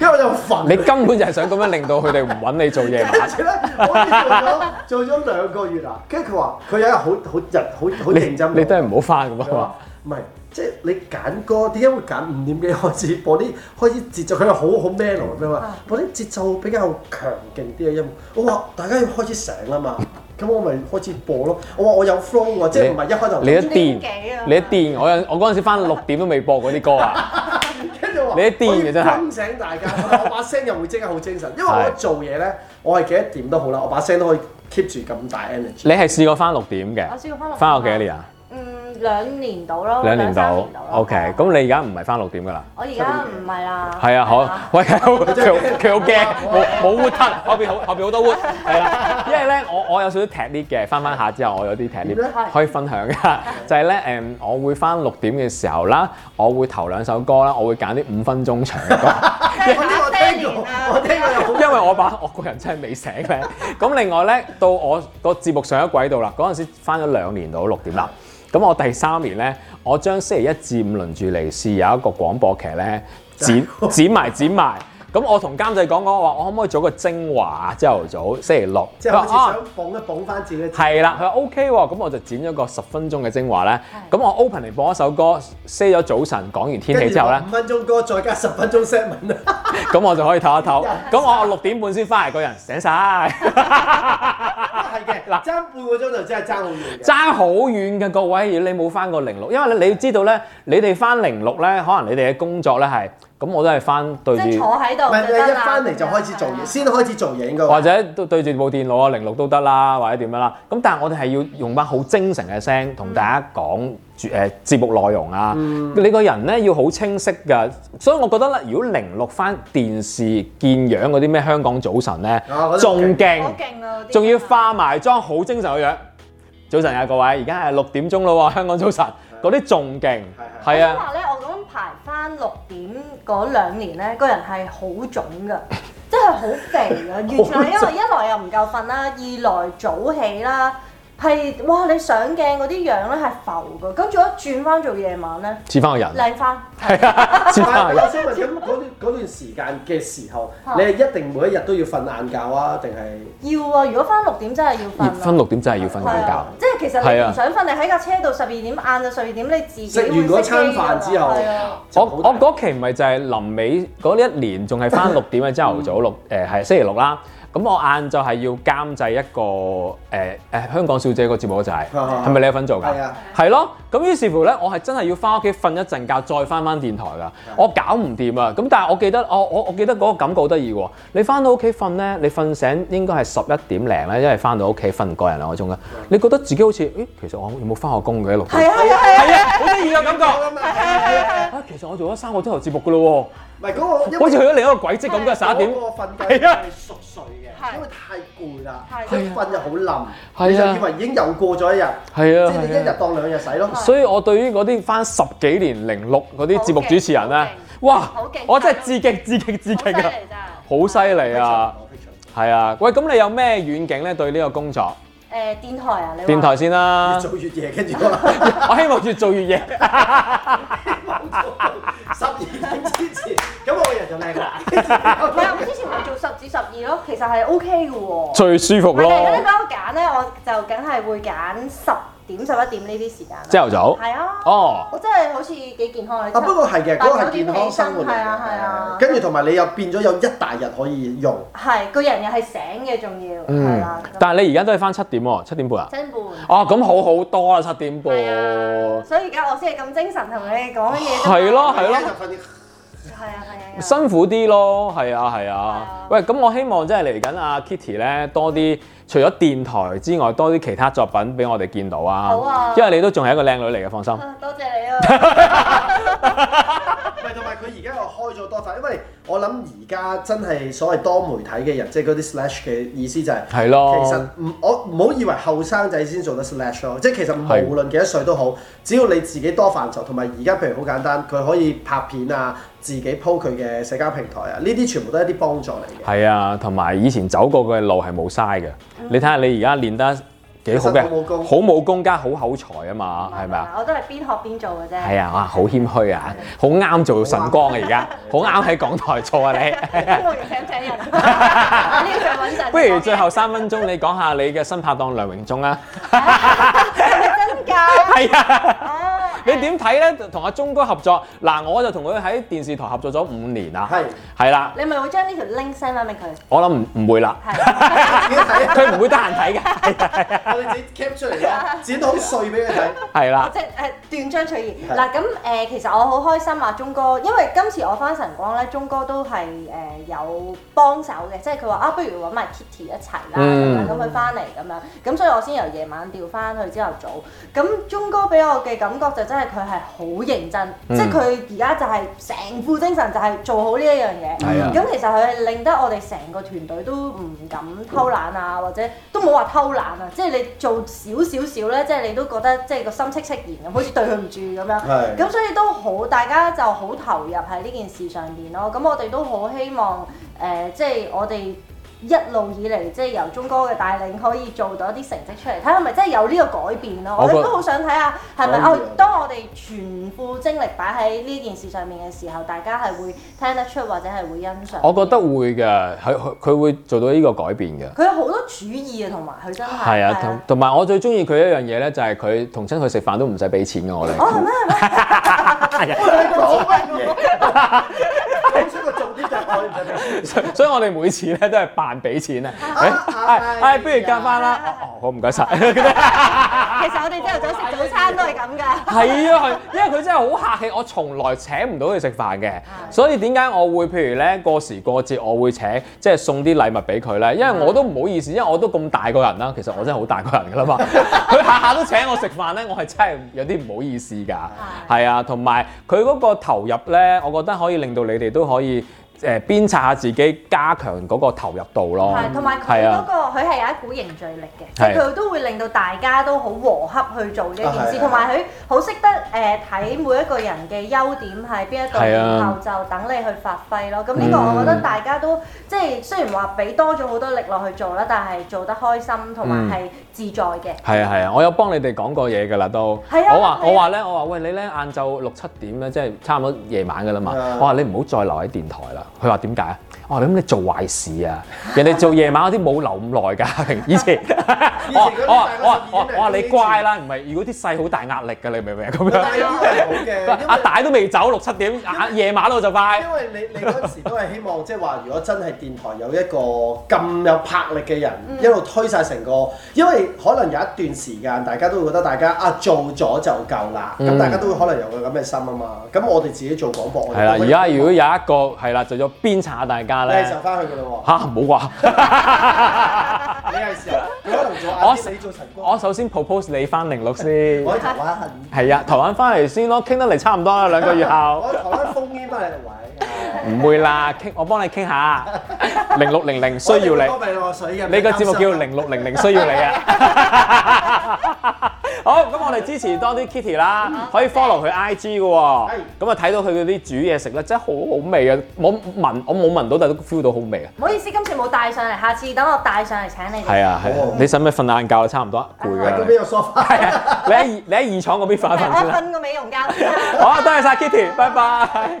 [SPEAKER 3] 因為我就煩。
[SPEAKER 2] 你根本就係想咁樣令到佢哋唔揾你做夜晚。
[SPEAKER 3] 跟住咧，我哋做咗做咗兩個月啊，跟住佢話佢有一日好好日好好
[SPEAKER 2] 你
[SPEAKER 3] 認真，
[SPEAKER 2] 你都係唔好翻咁
[SPEAKER 3] 佢
[SPEAKER 2] 啊
[SPEAKER 3] 話唔係，即係你揀歌點解會揀五點幾開始播啲開始節奏？佢又好好 mellow 咁樣嘛
[SPEAKER 4] 啊，
[SPEAKER 3] 播啲節奏比較強勁啲嘅音樂。我話大家要開始醒 啦嘛，咁我咪開始播咯。我話我有 flow 喎，即係唔係一開頭
[SPEAKER 2] 嘛！你一
[SPEAKER 4] 五點幾
[SPEAKER 2] 癲
[SPEAKER 4] 啊，
[SPEAKER 2] 你一癲，我有我嗰陣時翻六點都未播嗰啲歌啊！
[SPEAKER 3] 跟住我話
[SPEAKER 2] 你一癲嘅真係
[SPEAKER 3] 我要轟醒大家， 我把聲又會即刻好精神，因為我
[SPEAKER 2] 係
[SPEAKER 3] 做嘢咧，我係幾多點都好啦，我把聲都可以 keep 住咁大 energy。
[SPEAKER 2] 你係試過翻六點
[SPEAKER 4] 我
[SPEAKER 2] 嘅，
[SPEAKER 4] 試過翻
[SPEAKER 2] 翻學幾多年啊？
[SPEAKER 4] 嗯，兩年到咯，
[SPEAKER 2] 兩年
[SPEAKER 4] 三
[SPEAKER 2] 到
[SPEAKER 4] 年到咯
[SPEAKER 2] ，OK。咁你而家唔係翻六點㗎啦？
[SPEAKER 4] 我而家唔係啦，
[SPEAKER 2] 係啊，
[SPEAKER 4] 係
[SPEAKER 2] 好
[SPEAKER 4] 啦，
[SPEAKER 2] 喂，佢好佢好佢好驚，冇冇 wood 吞，後邊好後邊好多 wood，係啦，因為咧我我有少少踢 lift 嘅，翻翻下之後我有啲踢 lift
[SPEAKER 4] 係
[SPEAKER 2] 可以分享噶，就係咧誒，我會翻六點嘅時候啦，我會頭兩首歌啦，我會揀啲五分鐘長嘅歌。
[SPEAKER 4] 即係
[SPEAKER 3] 我呢個我
[SPEAKER 4] 打
[SPEAKER 3] 聽
[SPEAKER 4] 啤
[SPEAKER 3] 過
[SPEAKER 4] 年啊，
[SPEAKER 3] 我聽過又好
[SPEAKER 2] 因為我把我個人真係未醒咧。咁另外咧，到我個節目上咗軌道啦，嗰陣時翻咗兩年到六點啦。咁我第三年咧，我將星期一至五輪住嚟試有一個廣播劇咧，剪剪埋剪埋。咁我同監製講講，我話我可唔可以做個精華朝頭早星期六？
[SPEAKER 3] 即係好似想捧一捧翻自己。
[SPEAKER 2] 啊係啦，佢話 OK 喎，咁我就剪咗個十分鐘嘅精華咧。咁我 open 嚟播一首歌，say 咗早晨，講完天氣之後咧
[SPEAKER 3] 跟住話，五分鐘歌，再加十分鐘 set 文啊！
[SPEAKER 2] 咁我就可以唞一唞。 咁我六點半先翻嚟，個人醒晒。
[SPEAKER 3] 啊係嘅，
[SPEAKER 2] 嗱
[SPEAKER 3] 嗱，爭半個鐘就真係爭好遠嘅。
[SPEAKER 2] 爭好遠嘅各位，你冇翻過零六，因為咧你要知道咧，你哋翻零六咧，可能你哋嘅工作咧係，咁我都係翻對
[SPEAKER 4] 即係
[SPEAKER 2] 住，
[SPEAKER 4] 坐喺度
[SPEAKER 3] 唔係
[SPEAKER 4] 就得啦
[SPEAKER 3] 你一翻嚟就開始做嘢，先開始做嘢應該話。
[SPEAKER 2] 或者對對住部電腦啊，零六都得啦，或者點樣啦。咁但係我哋係要用翻好精神嘅聲
[SPEAKER 4] 嗯
[SPEAKER 2] 同大家講住誒節目內容啊。你個人咧要好清晰㗎，所以我覺得咧，如果零六翻電視見樣嗰啲咩香港早晨咧
[SPEAKER 3] 啊嗰啲，好
[SPEAKER 2] 仲勁
[SPEAKER 4] 好。勁啊！嗰啲
[SPEAKER 2] 仲要化埋妝，好精神嘅樣。早晨啊，各位，而家係六點鐘咯喎， 香港早晨，嗰啲仲勁，
[SPEAKER 3] 係
[SPEAKER 2] 係
[SPEAKER 4] 我想
[SPEAKER 2] 啊，
[SPEAKER 4] 話咧，我咁排翻六點嗰兩年咧，個人係好腫噶，即係好肥啊！完全係因為一來又唔夠瞓啦，二來早起啦，係哇！你上鏡嗰啲樣咧係浮噶，跟住一轉翻做夜晚咧
[SPEAKER 2] 似翻個人，
[SPEAKER 4] 靚翻，
[SPEAKER 2] 係啊，似翻個
[SPEAKER 3] 但係
[SPEAKER 2] 人。
[SPEAKER 3] 我想問，咁嗰段嗰段時間嘅時候，
[SPEAKER 4] 啊
[SPEAKER 3] 你係一定每一日都要瞓晏覺啊？定係
[SPEAKER 4] 要啊！如果翻六點真係要
[SPEAKER 2] 熱
[SPEAKER 4] 瞓
[SPEAKER 2] 分
[SPEAKER 4] 啊。
[SPEAKER 2] 六點真係要瞓
[SPEAKER 4] 係
[SPEAKER 2] 覺
[SPEAKER 4] 啊，，即係其實
[SPEAKER 2] 係
[SPEAKER 4] 你
[SPEAKER 2] 啊
[SPEAKER 4] 唔想瞓，你喺架車度十二點晏晝十二點，你自己
[SPEAKER 3] 食完嗰
[SPEAKER 4] 會
[SPEAKER 3] 餐
[SPEAKER 4] 熄機㗎啦
[SPEAKER 3] 飯之後
[SPEAKER 4] 係啊，
[SPEAKER 3] 就
[SPEAKER 2] 我
[SPEAKER 3] 好大
[SPEAKER 2] 我嗰期咪就係臨尾嗰一年，仲係翻六點嘅朝頭早六誒係星期六啦。咁我晏晝係要監製一個誒誒、香港小姐個節目就係、
[SPEAKER 3] 啊
[SPEAKER 2] 係咪你有份做㗎
[SPEAKER 3] 係啊？
[SPEAKER 2] 係咯，咁於是乎咧，我係真係要翻屋企瞓一陣覺，再翻翻電台
[SPEAKER 3] 啊
[SPEAKER 2] 㗎。我搞唔掂啊！咁但係我記得，我我我記得嗰個感覺好得意喎。你翻到屋企瞓咧，你瞓醒應該係十一點零咧，因為翻到屋企瞓個人兩個鐘啦。
[SPEAKER 3] 嗯
[SPEAKER 2] 你覺得自己好似，咦，其實我有冇翻過工嘅六點
[SPEAKER 4] 係？啊係啊係啊！
[SPEAKER 2] 係啊，好得意嘅感覺。
[SPEAKER 3] 啊嘛？係啊
[SPEAKER 2] 啊，其實我做咗三個鐘頭節目㗎咯喎。
[SPEAKER 3] 唔係嗰個，
[SPEAKER 2] 好似去咗另一個軌跡
[SPEAKER 3] 啊
[SPEAKER 2] 咁嘅十一點
[SPEAKER 3] 嗰，個瞓覺
[SPEAKER 2] 係啊
[SPEAKER 3] 係熟睡嘅，
[SPEAKER 4] 係
[SPEAKER 3] 因為太攰啦，一
[SPEAKER 4] 係
[SPEAKER 3] 瞓就好冧，
[SPEAKER 2] 係啊
[SPEAKER 3] 你就以為已經又過咗一日，
[SPEAKER 2] 係
[SPEAKER 3] 即
[SPEAKER 2] 啊
[SPEAKER 3] 係你一
[SPEAKER 2] 係
[SPEAKER 3] 日
[SPEAKER 2] 啊。
[SPEAKER 3] 當兩日使咯。
[SPEAKER 2] 所以我對於嗰啲翻十幾年零六嗰啲節目主持人
[SPEAKER 4] 好勁
[SPEAKER 2] 咧，哇
[SPEAKER 4] 好勁，
[SPEAKER 2] 我真係致敬致敬致敬啊！好
[SPEAKER 4] 好
[SPEAKER 2] 犀
[SPEAKER 4] 犀利真係！
[SPEAKER 2] 利啊！係啊，喂，咁你有咩遠景咧？對呢個工作，
[SPEAKER 4] 誒電台啊，你話
[SPEAKER 2] 電台先啦
[SPEAKER 3] 越。做越夜，跟住我。
[SPEAKER 2] 我希望越做越夜。
[SPEAKER 3] 十二點之前，咁我個人就靚啦。
[SPEAKER 4] 唔係啊我之前咪做十至十二咯，其實係 OK 嘅喎。
[SPEAKER 2] 最舒服
[SPEAKER 4] 唔係如果
[SPEAKER 2] 咯
[SPEAKER 4] 你，俾我揀咧，我就梗係會揀十點十一點呢啲時間啦。
[SPEAKER 2] 朝頭早。
[SPEAKER 4] 係啊，
[SPEAKER 2] 哦，
[SPEAKER 4] 我真係好似幾健康嘅。
[SPEAKER 3] 啊，不過係嘅，嗰個係健康生活嚟
[SPEAKER 4] 係啊係
[SPEAKER 3] 嘅
[SPEAKER 4] 啊。
[SPEAKER 3] 跟住同埋你又變咗有一大日可以用，
[SPEAKER 4] 係個人又係醒嘅，仲要係
[SPEAKER 2] 嗯
[SPEAKER 4] 啦。咁，
[SPEAKER 2] 但係你而家都係翻七點喎，七點半啊？
[SPEAKER 4] 真半。
[SPEAKER 2] 哦，咁好好多啦，七點半。
[SPEAKER 4] 係啊，所以而家我先係咁精神同你哋講嘢啫嘛。
[SPEAKER 2] 係咯係
[SPEAKER 3] 一
[SPEAKER 2] 咯
[SPEAKER 3] 日
[SPEAKER 4] 啊
[SPEAKER 3] 瞓
[SPEAKER 4] 係啊係啊。係啊
[SPEAKER 2] 辛苦啲咯，係啊係啊
[SPEAKER 4] 啊。
[SPEAKER 2] 喂，咁我希望即係嚟緊阿 Kitty 咧多啲，除咗電台之外，多啲其他作品俾我哋見到啊。
[SPEAKER 4] 好啊 啊
[SPEAKER 2] 因為你都仲係一個靚女嚟嘅，放心。
[SPEAKER 4] 啊多謝你啊！
[SPEAKER 3] 係同埋佢而家又開咗多塊，因為我諗而家真係所謂多媒體嘅人，即係嗰啲 slash 嘅意思就係、
[SPEAKER 2] 係咯
[SPEAKER 3] 其實唔我唔好以為後生仔先做得 slash 咯，即係其實
[SPEAKER 2] 係
[SPEAKER 3] 無論幾多歲都好，只要你自己多範疇，同埋而家譬如好簡單，佢可以拍片啊，自己 po 佢嘅社交平台啊，呢啲全部都係一啲幫助嚟嘅。
[SPEAKER 2] 係啊，同埋以前走過嘅路係冇嘥嘅。你睇下你而家練得幾好嘅
[SPEAKER 3] 其實好武功，
[SPEAKER 2] 好武功加好口才啊嘛，係咪啊？？
[SPEAKER 4] 我都係邊學邊做嘅啫。
[SPEAKER 2] 係啊，哇，好謙虛啊，好啱做晨光啊，而 家好啱喺港台做啊你。
[SPEAKER 4] 公務員請唔請人？呢個最穩陣。
[SPEAKER 2] 不如最後三分鐘你講下你嘅新拍檔梁榮忠啊。
[SPEAKER 4] 真㗎？
[SPEAKER 2] 係啊。
[SPEAKER 4] 哦，
[SPEAKER 2] 你點睇咧？同阿忠哥合作，嗱，我就同佢喺電視台合作咗五年啦。
[SPEAKER 3] 係
[SPEAKER 2] 係啦，
[SPEAKER 4] 你咪會將呢條 link send 翻俾佢？
[SPEAKER 2] 我諗唔唔會啦，
[SPEAKER 4] 係。
[SPEAKER 3] 自己睇，
[SPEAKER 2] 佢唔會得閒睇嘅。
[SPEAKER 3] 我哋自己 cap 出嚟咯，剪到好碎俾佢睇。
[SPEAKER 2] 係啦，
[SPEAKER 4] 即係誒斷章取義
[SPEAKER 3] 係
[SPEAKER 4] 嗱咁誒，其實我好開心啊，鐘哥，因為今次我翻晨光咧，鐘哥都係誒、有幫手嘅，即係佢話啊，不如揾埋 Kitty 一齊啦，咁
[SPEAKER 2] 嗯
[SPEAKER 4] 樣咁佢翻嚟咁樣，咁所以我先由夜晚調翻去朝頭早。咁鐘哥俾我嘅感覺就真係佢係好認真，
[SPEAKER 2] 嗯
[SPEAKER 4] 即係佢而家就係成副精神就係做好呢一樣嘢。
[SPEAKER 2] 係啊
[SPEAKER 4] 咁其實佢係令得我哋成個團隊都唔敢偷懶啊，或者都冇話偷懶啊，即係你做少少少咧，即係你都覺得即係個心戚戚然咁，好似對佢唔住咁樣。
[SPEAKER 3] 係
[SPEAKER 4] 咁所以都好，大家就好投入喺呢件事上邊咯。咁我哋都好希望誒、呃即係我哋。一路以嚟，即係由鐘哥嘅帶領，可以做到一啲成績出嚟，睇下係咪真係有呢個改變咯。
[SPEAKER 2] 我
[SPEAKER 4] 我
[SPEAKER 2] 覺
[SPEAKER 4] 哋都好想睇下係咪
[SPEAKER 3] 改
[SPEAKER 4] 哦
[SPEAKER 3] 變，
[SPEAKER 4] 當我哋全副精力擺喺呢件事上面嘅時候，大家係會聽得出或者係會欣賞。
[SPEAKER 2] 我覺得會嘅，佢佢佢會做到呢個改變嘅。
[SPEAKER 4] 佢有好多主意啊，同埋佢真係
[SPEAKER 2] 係啊，同同埋我最中意佢一樣嘢咧，就係佢同親佢食飯都唔使俾錢嘅，我哋。
[SPEAKER 4] 哦係咩係咩？
[SPEAKER 3] 我哋講乜嘢？講出個重點就係我唔使俾錢
[SPEAKER 2] 所以所以我哋每次咧都係扮俾錢啊！
[SPEAKER 3] 啊
[SPEAKER 2] 誒，
[SPEAKER 3] 哎
[SPEAKER 2] 誒，不如夾翻啦！哦哦，好唔該晒。
[SPEAKER 4] 其實我哋朝頭早食早餐都係咁㗎。
[SPEAKER 2] 係啊，佢因為佢真係好客氣，我從來請唔到佢食飯嘅，所以點解我會譬如咧過時過節，我會請即係送啲禮物俾佢咧，因
[SPEAKER 4] 嗯
[SPEAKER 2] 為我都唔好意思，因為我都咁大個人啦，其實我真係好大個人㗎啦 嘛，佢下下都請我食飯咧，我係真係有啲唔好意思㗎，係啊，同埋佢嗰個投入咧，我覺得可以令到你哋都可以誒鞭策下自己，加強嗰個投入度咯，
[SPEAKER 4] 係，同埋佢
[SPEAKER 2] 係
[SPEAKER 4] 嗰
[SPEAKER 2] 啊
[SPEAKER 4] 個佢係有一股凝聚力嘅，即
[SPEAKER 2] 係
[SPEAKER 4] 係佢都會令到大家都好和洽去做
[SPEAKER 3] 啊
[SPEAKER 4] 呢件
[SPEAKER 3] 係
[SPEAKER 4] 事，
[SPEAKER 3] 啊
[SPEAKER 4] 同埋佢好識得誒睇每一個人嘅優點喺邊一度，
[SPEAKER 2] 係啊嗯
[SPEAKER 4] 然後就等你去發揮咯。咁呢個我覺得大家都即係雖然話俾多咗好多力落去做啦，但係做得開心同
[SPEAKER 2] 嗯
[SPEAKER 4] 埋係自在嘅。
[SPEAKER 2] 係啊係啊，我有幫你哋講過嘢㗎啦都。
[SPEAKER 4] 係啊
[SPEAKER 2] 我話
[SPEAKER 4] 係啊
[SPEAKER 2] 我話咧，我話喂你咧晏晝六七點咧，即係差唔多夜晚㗎啦嘛。
[SPEAKER 3] 啊
[SPEAKER 2] 我話你唔好再留喺電台啦。佢話點解啊？我話你咁你做壞事啊！人哋做夜晚嗰啲冇留咁耐㗎， 以前。
[SPEAKER 3] 以
[SPEAKER 2] 我話
[SPEAKER 3] 前嗰啲
[SPEAKER 2] 我話
[SPEAKER 3] 大
[SPEAKER 2] 我話我話
[SPEAKER 3] 個
[SPEAKER 2] 我話
[SPEAKER 3] 十二點零
[SPEAKER 2] 你
[SPEAKER 3] 已經
[SPEAKER 2] 乖啦，唔係如果啲細好大壓力㗎，你明唔明啊？咁
[SPEAKER 3] 但係呢
[SPEAKER 2] 樣。
[SPEAKER 3] 個係好嘅，因 為
[SPEAKER 2] 阿大都未走，六七點啊夜晚咯就快。
[SPEAKER 3] 因為你你嗰陣時都係希望，即係話如果真係電台有一個咁有魄力嘅人，一路推晒成個，因為可能有一段時間大家都會覺得大家啊做咗就夠啦，
[SPEAKER 2] 嗯
[SPEAKER 3] 咁、大家都會可能有個咁嘅心啊嘛。咁我哋自己做廣播，我哋
[SPEAKER 2] 係啦，
[SPEAKER 3] 都
[SPEAKER 2] 而
[SPEAKER 3] 會
[SPEAKER 2] 家如果有一個係啦，就要鞭策下大家
[SPEAKER 3] 你
[SPEAKER 2] 咧
[SPEAKER 3] 係時。候啊翻去㗎啦
[SPEAKER 2] 嚇唔好啩！
[SPEAKER 3] 喎，你係時候，你可能做
[SPEAKER 2] 我
[SPEAKER 3] 阿啲你做晨 光，
[SPEAKER 2] 我首先 propose 你翻零六先。
[SPEAKER 3] 我喺台灣恨，
[SPEAKER 2] 係啊，台灣翻嚟先咯，傾得嚟差唔多啦，兩個月後
[SPEAKER 3] 我喺台灣封煙翻嚟位，
[SPEAKER 2] 唔會啦，傾我幫你傾下，零六零零需要
[SPEAKER 3] 我哋會
[SPEAKER 2] 你，
[SPEAKER 3] 多命落水嘅
[SPEAKER 2] 你個節目叫零六零零需要你啊！ 好，咁我哋支持多啲 Kitty 啦，可以 follow 佢 IG 嘅喎
[SPEAKER 3] 係，
[SPEAKER 2] 咁啊睇到佢嗰啲煮嘢食咧，真係好好味啊！我聞我冇聞到，但係都 feel 到好味啊！
[SPEAKER 4] 唔好意思，今次冇帶上嚟，下次等我帶上嚟請你哋。
[SPEAKER 2] 係啊係啊
[SPEAKER 3] 好，
[SPEAKER 2] 你使唔使瞓晏覺啊？差唔多攰
[SPEAKER 3] 喺
[SPEAKER 2] 㗎
[SPEAKER 3] 嗰
[SPEAKER 2] 啦，
[SPEAKER 3] 邊有 sofa。
[SPEAKER 2] 係啊， 你喺二你喺二廠嗰邊瞓一瞓先
[SPEAKER 4] 我
[SPEAKER 2] 啦。
[SPEAKER 4] 瞓個美容覺。
[SPEAKER 2] 好啊，多謝晒 Kitty，拜拜。
[SPEAKER 1] Ah